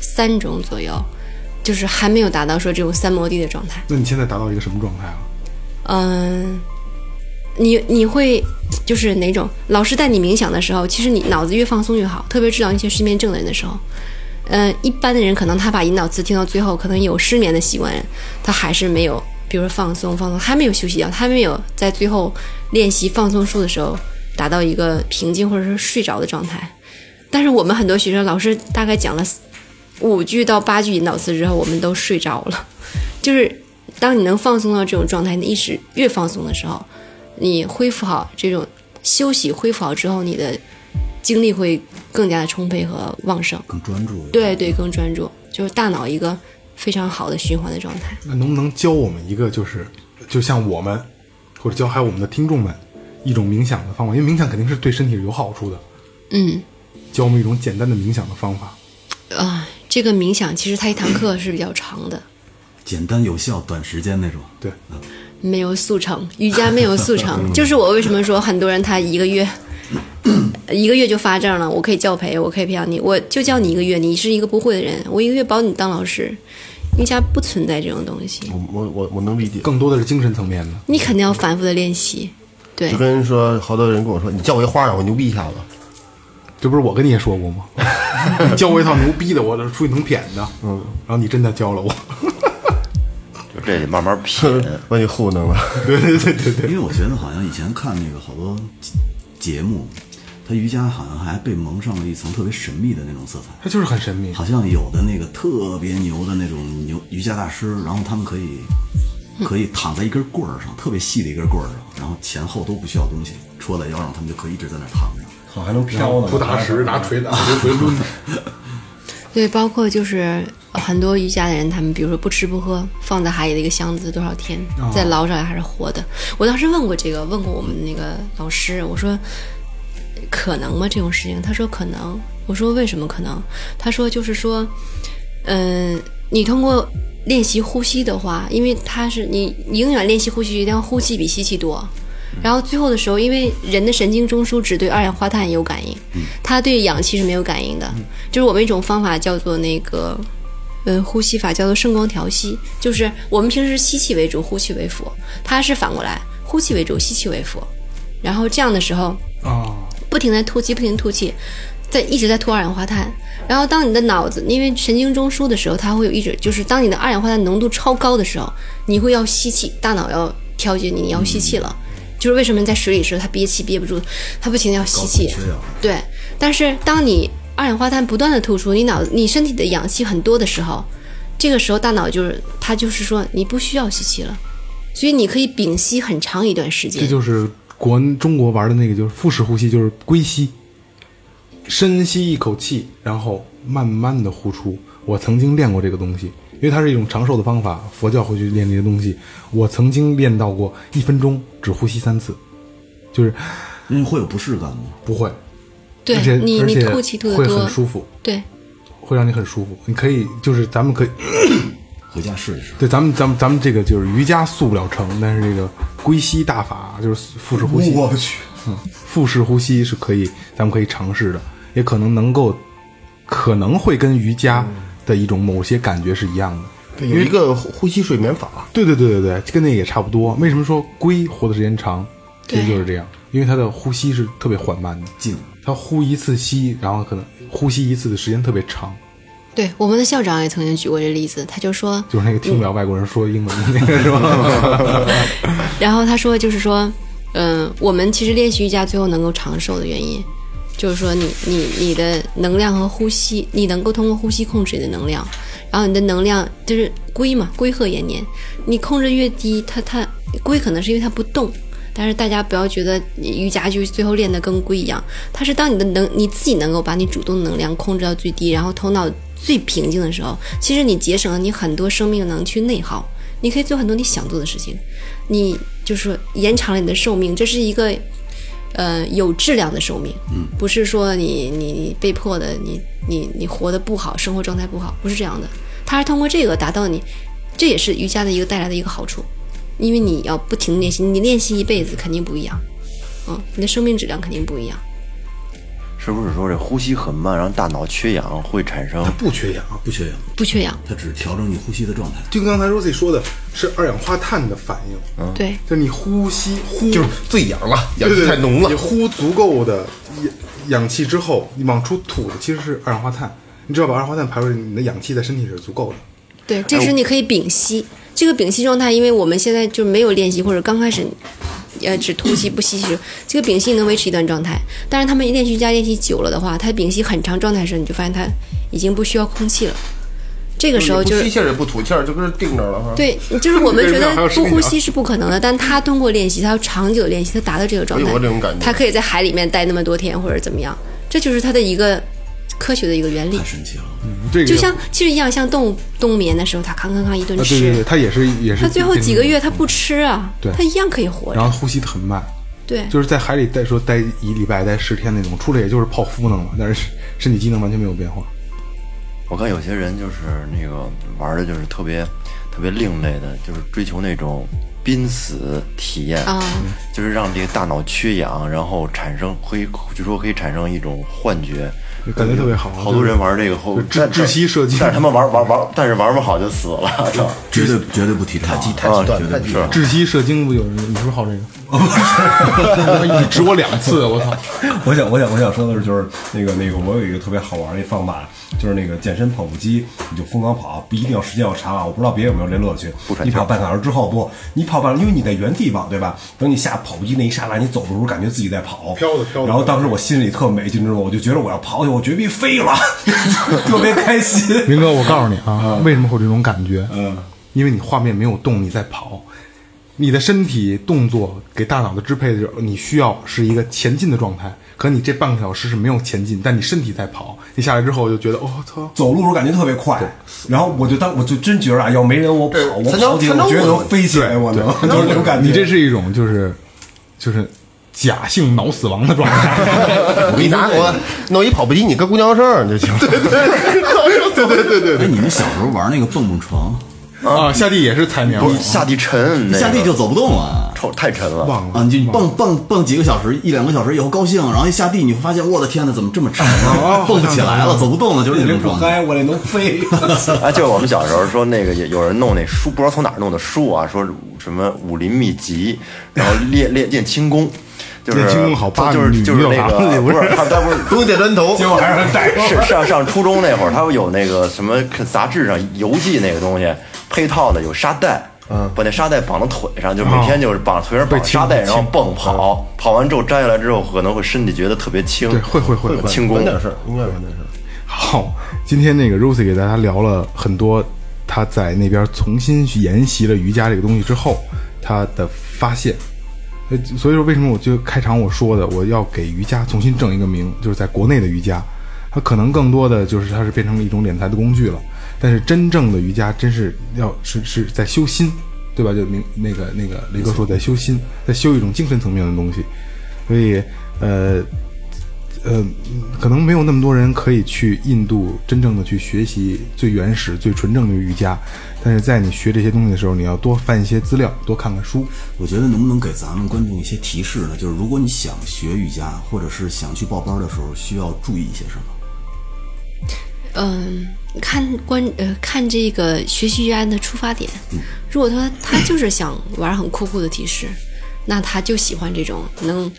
三种左右，就是还没有达到说这种三摩地的状态。
那你现在达到一个什么状态了？
嗯，你你会就是哪种？老师带你冥想的时候，其实你脑子越放松越好，特别治疗一些失眠症的人的时候。嗯，一般的人可能他把引导词听到最后，可能有失眠的习惯人，他还是没有，比如说放松放松，还没有休息掉，他没有在最后练习放松术的时候达到一个平静或者是睡着的状态。但是我们很多学生，老师大概讲了五句到八句引导词之后，我们都睡着了。 就是当你能放松到这种状态，你意识越放松的时候，你恢复好这种休息，恢复好之后，你的精力会更加的充沛和旺盛。
更专注。
对对，更专注，就是大脑一个非常好的循环的状态。
那能不能教我们一个，就是就像我们，或者教还有我们的听众们一种冥想的方法？因为冥想肯定是对身体是有好处的。
嗯
教我们一种简单的冥想的方法。
啊、这个冥想其实它一堂课是比较长的，
简单有效、短时间那种。
对，
没有速成，瑜伽没有速成，就是我为什么说很多人他一个月。一个月就发证了，我可以教培，我可以培养你，我就教你一个月，你是一个不会的人，我一个月保你当老师。瑜伽不存在这种东西，
我我我我能理解。
更多的是精神层面的。
你肯定要反复的练习。对
就，跟说，好多人跟我说，你叫我一花儿，我牛逼一下子。
这不是我跟你也说过吗？ 你教我一套牛逼的，我出去能谝的。嗯，然后你真的教了我。
就这得慢慢 品。
把你糊弄了，
因为我觉得好像以前看那个好多节节目，它瑜伽好像还被蒙上了一层特别神秘的那种色彩。
他就是很神秘。
好像有的那个特别牛的那种牛瑜伽大师，然后他们可以
嗯
可以躺在一根棍儿上，特别细的一根棍儿上，然后前后都不需要东西，戳在腰上，他们就可以一直在那儿躺着。
好还能飘呢，
不打实，拿锤打，拿锤抡。
对，包括就是很多瑜伽的人，他们比如说不吃不喝，放在海里的一个箱子多少天，再捞上来还是活的。我当时问过这个，问过我们那个老师，我说可能吗这种事情？他说可能。我说为什么可能？他说就是说，嗯、你通过练习呼吸的话，因为它是你你永远练习呼吸，一定要呼气比吸气多。然后最后的时候，因为人的神经中枢只对二氧化碳有感应，它对氧气是没有感应的。就是我们一种方法叫做那个，呃，呼吸法叫做圣光调息，就是我们平时吸气为主，呼气为辅，它是反过来，呼气为主，吸气为辅。然后这样的时候，
哦，
不停地吐气，不停地吐气，在一直在吐二氧化碳。然后当你的脑子因为神经中枢的时候，它会有一直就是当你的二氧化碳浓度超高的时候，你会要吸气，大脑要调节你，你要吸气了。
嗯
就是为什么在水里的时候它憋气憋不住，它不停地要吸气。对，但是当你二氧化碳不断的吐出，你脑你身体的氧气很多的时候，这个时候大脑就是它就是说你不需要吸气了，所以你可以屏息很长一段时间。
这就是国中国玩的那个，就是腹式呼吸，就是龟息，深吸一口气，然后慢慢的呼出。我曾经练过这个东西，因为它是一种长寿的方法，佛教会去练这些东西。我曾经练到过一分钟只呼吸三次，就是
那会有不适感吗？
不会，而且
对你，
而
你
且
吐气吐得
会
多，
很舒服，
对，
会让你很舒服。你可以就是咱们可以
回家试一试。
对，咱们咱们咱们这个就是瑜伽塑不了成，但是这个龟息大法就是腹式呼吸，
我去，
腹式呼吸是可以，咱们可以尝试的，也可能能够，可能会跟瑜伽的一种某些感觉是一样的。
对，有一个呼呼吸睡眠法，
对对对对对，跟那个也差不多。为什么说龟活的时间长？其实
对
就是这样，因为它的呼吸是特别缓慢的，
静，
它呼一次吸，然后可能呼吸一次的时间特别长。
对，我们的校长也曾经举过这例子，他就说，
就是那个听不了外国人说英文的那个是吧？
然后他说就是说，嗯、我们其实练习瑜伽最后能够长寿的原因，就是说你你你的能量和呼吸，你能够通过呼吸控制你的能量，然后你的能量就是龟嘛，龟鹤延年，你控制越低，它它龟可能是因为它不动。但是大家不要觉得瑜伽就是最后练得跟龟一样，它是当你的能你自己能够把你主动能量控制到最低，然后头脑最平静的时候，其实你节省了你很多生命能去内耗，你可以做很多你想做的事情，你就是延长了你的寿命，这是一个呃有质量的寿命，不是说你你你被迫的你你你活得不好，生活状态不好，不是这样的，它是通过这个达到你，这也是瑜伽的一个带来的一个好处，因为你要不停地练习，你练习一辈子肯定不一样，嗯，你的生命质量肯定不一样。
是不是说这呼吸很慢，让大脑缺氧会产生？
不缺氧，
不缺氧，
不缺氧，
它只调整你呼吸的状态。
就跟刚才 Rosie 说的是二氧化碳的反应，
对，
就你呼吸呼
就是最氧了，氧
对对
气
对
太浓了
你。呼足够的氧氧气之后，你往出吐的其实是二氧化碳。你只要把二氧化碳排出去，你的氧气在身体里是足够的。
哎
对，这时候你可以屏息。这个屏息状态，因为我们现在就没有练习，或者刚开始，呃，只吐气不吸气，这个屏息能维持一段状态。但是他们一练习瑜伽练习久了的话，他屏息很长状态的时候，你就发现他已经不需要空气了。这个时候就
嗯你不吸
是
气儿也不吐气儿，就跟这定着了。哈，
对，就是我们觉得
还有
不
声音
呼
啊
吸是不可能的，但他通过练习，他要长久练习，他达到这个状态
哎呦我这种感，觉
他可以在海里面待那么多天或者怎么样，这就是他的一个科学的一个原理
太。神奇了，
这个
就像其实一样，像动物冬眠的时候，它吭吭吭一顿
啊，对
吃，
对对，它也是也是。
他最后几个月，他不吃啊，
对
他一样可以活
然
着。
后呼吸的很慢，
对，
就是在海里待说待一礼拜、待十天那种，出来也就是泡芙能了，但是身体机能完全没有变化。
我看有些人就是那个玩的，就是特别特别另类的，就是追求那种濒死体验，
啊
就是让这个大脑缺氧，然后产生会据说可以产生一种幻觉，
感觉特别好啊
好多人玩这个后
就窒
但
窒息射击
但是他们玩玩玩，但是玩不好就死 了，操
绝对绝对不提倡啊，太极
啊，
绝对
是
窒息射精不有人，你是不是好 这个？你指我两次，我操！
我想，我想，我想说的是，就是那个那个，我有一个特别好玩的一方法，就是那个健身跑步机，你就疯狂跑，不一定要时间要长啊。我不知道别人有没有这乐趣。你跑半小时之后不，你跑半，因为你在原地跑，对吧？等你下跑步机那一刹那，你走的时候感觉自己在跑，
飘着飘着
然后当时我心里特美，你知道吗？我就觉得我要跑去，我绝壁 飞了，特别开心。
啊明哥，我告诉你啊，为什么会有这种感觉？嗯，因为你画面没有动，你在跑，你的身体动作给大脑的支配的时候，你需要是一个前进的状态。可你这半个小时是没有前进，但你身体在跑。你下来之后就觉得，哦操，
走路时候感觉特别快，然后我就当我就真觉得啊，要没人我跑，
对
我
才能
跑起
才
来，
能
我觉得
稳
能飞起来，我能，就是那种感觉。
你这是一种就是就是假性脑死亡的状 态。
你拿我弄一跑步机，你跟公交车上就行。对 对对对对
哎，你们小时候玩那个蹦蹦床，
啊，下地也是踩棉花
你，下地沉，那
下地
个
就走不动啊。
臭太沉了。
忘
啊，
了
你就蹦蹦蹦几个小时，一两个小时以后高兴，然后一下地你会发现，我的天呐，怎么这么沉啊？蹦不起来了，走不动了，就是
你
那种
这不
状态。
嗨，我这能飞。
啊，就是我们小时候说那个有有人弄那书，不知道从哪儿弄的书啊，说什么武林秘籍，然后 练练练轻功，就是
练轻功好
他
吧
就是
你
就是
你有
那
啥
个不是他他不是
对，东铁砖头，
结果还是他带
是上上初中那会儿，他们有那个什么杂志上游记那个东西配套的有沙袋，嗯，把那沙袋绑到腿上，就
哦
每天就是绑腿上绑沙袋，然后
嗯
蹦跑，跑完之后摘下来之后，可能会身体觉得特别轻，
对会会会
有轻功
稳，点事儿，应该稳点事儿。
好，今天那个 Rosie 给大家聊了很多，他在那边重新去研习了瑜伽这个东西之后，他的发现。呃所以说，为什么我就开场我说的，我要给瑜伽重新正一个名，就是在国内的瑜伽，它可能更多的就是它是变成了一种敛财的工具了。但是真正的瑜伽，真是要是是在修心，对吧？就明那个那个雷哥说在修心，在修一种精神层面的东西。所以，呃，呃，可能没有那么多人可以去印度真正的去学习最原始、最纯正的瑜伽，但是在你学这些东西的时候，你要多翻一些资料，多看看书。
我觉得能不能给咱们观众一些提示呢？就是如果你想学瑜伽，或者是想去报班的时候，需要注意一些什么？
嗯，看关呃看这个学习瑜伽的出发点。如果他他就是想玩很酷酷的体式，那他就喜欢这种能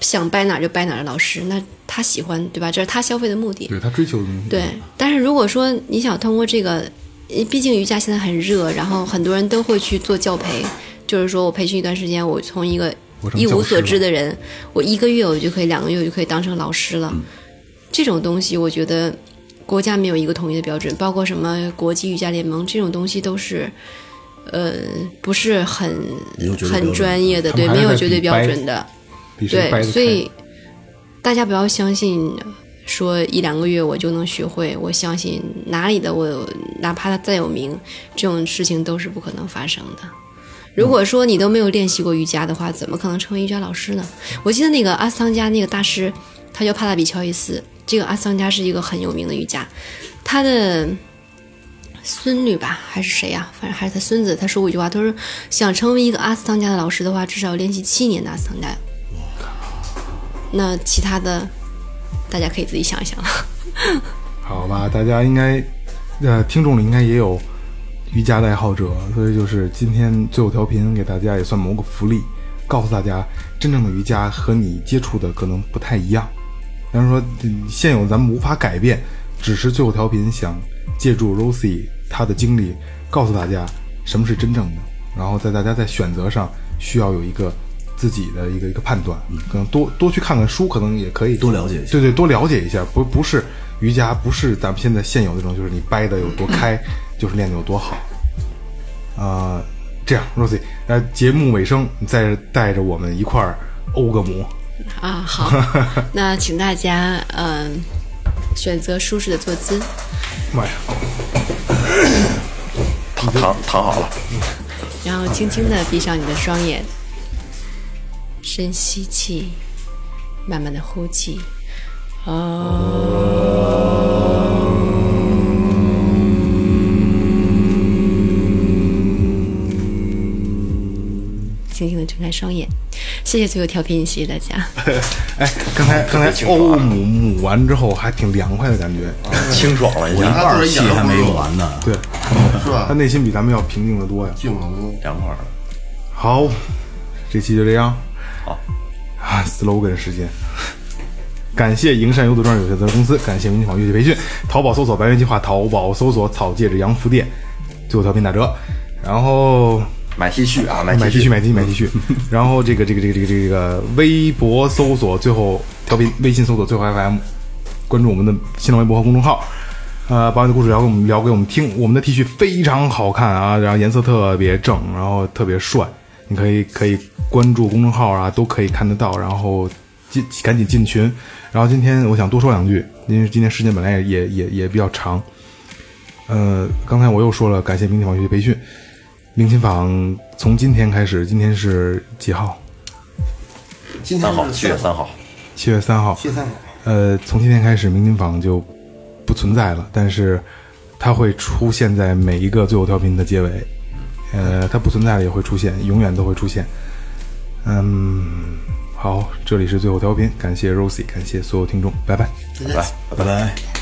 想掰哪儿就掰哪儿的老师，那他喜欢对吧？这是他消费的目的。
对他追求的东西，
对，但是如果说你想通过这个，因为毕竟瑜伽现在很热，然后很多人都会去做教培，就是说我培训一段时间，我从一个
我成
一
教
无
师
所
了嗯
知的人，我一个月我就可以，两个月我就可以当成老师了。这种东西，我觉得国家没有一个统一的标准，包括什么国际瑜伽联盟这种东西都是。呃，不是很
没有绝对标
很
准
专业的，
嗯他们
对，
还
没
是
有
在
绝对
比
标
掰
准的。
比谁掰
对，
得
所
开
以大家不要相信说一两个月我就能学会。我相信哪里的我，哪怕他再有名，这种事情都是不可能发生的。如果说你都没有练习过瑜伽的话，怎么可能成为瑜伽老师呢？我记得那个阿斯汤加那个大师，他叫帕拉比乔伊斯。这个阿斯汤加是一个很有名的瑜伽，他的孙女吧，还是谁呀、反正还是他孙子。他说过一句话，他说想成为一个阿斯汤加的老师的话，至少要练习七年的阿斯汤加。那其他的，大家可以自己想一想了。
好吧，大家应该，呃，听众里应该也有瑜伽的爱好者，所以就是今天最后调频给大家也算谋个福利，告诉大家真正的瑜伽和你接触的可能不太一样。但是说、嗯现有咱们无法改变，只是最后调频想借助 Rosie 她的经历，告诉大家什么是真正的，然后在大家在选择上需要有一个自己的一个一个判断，可能多多去看看书，可能也可以
嗯多了解一下
对对，多了解一下，不不是瑜伽，不是咱们现在现有的这种，就是你掰的有多开，就是练的有多好。呃，这样，Rosie，呃，节目尾声，你再带着我们一块儿欧个魔。
啊，好，那请大家嗯、选择舒适的坐姿，
妈呀！
躺躺躺好了，
然后轻轻的闭上你的双眼，深吸气，慢慢的呼气。哦。轻轻的睁开双眼，谢谢所有调频，谢谢大家。
哎，刚才刚才
啊
欧母母完之后还挺凉快的感觉，
清爽了一下，
他自
二
己
戏
讲
还
的
没
不
有
如
完呢。
对，
是吧
他？内心比咱们要平静的多呀。
静龙
凉快了。
好，这期就这样。
好
啊，slogan 时间。感谢营山优作庄有限责任公司，感谢明广乐器培训，淘宝搜索“白云计划”，淘宝搜索“草戒指洋服店”，最后调频打折。然后
买 T 恤啊，买
买 T 恤，
恤，
买 T 恤，买 T 恤。然后这个这个这个这个这个微博搜索最后调频，微信搜索最后 FM，关注我们的新浪微博和公众号。呃，把你的故事聊给我们聊给我们听。我们的 T 恤非常好看啊，然后颜色特别正，然后特别帅。你可以可以关注公众号啊，都可以看得到。然后进赶紧进群。然后今天我想多说两句，因为今天时间本来也也也也比较长。呃，刚才我又说了，感谢明琴坊学习培训。明琴坊从今天开始，今天是几号？
今天
三
是
号，七
啊
月三号，
七月三号。
谢三
呃，从今天开始，明金坊就不存在了，但是它会出现在每一个最后调频的结尾。呃，它不存在了也会出现，永远都会出现。嗯，好，这里是最后调频，感谢 Rosie，感谢所有听众，拜拜。
拜拜。
拜拜。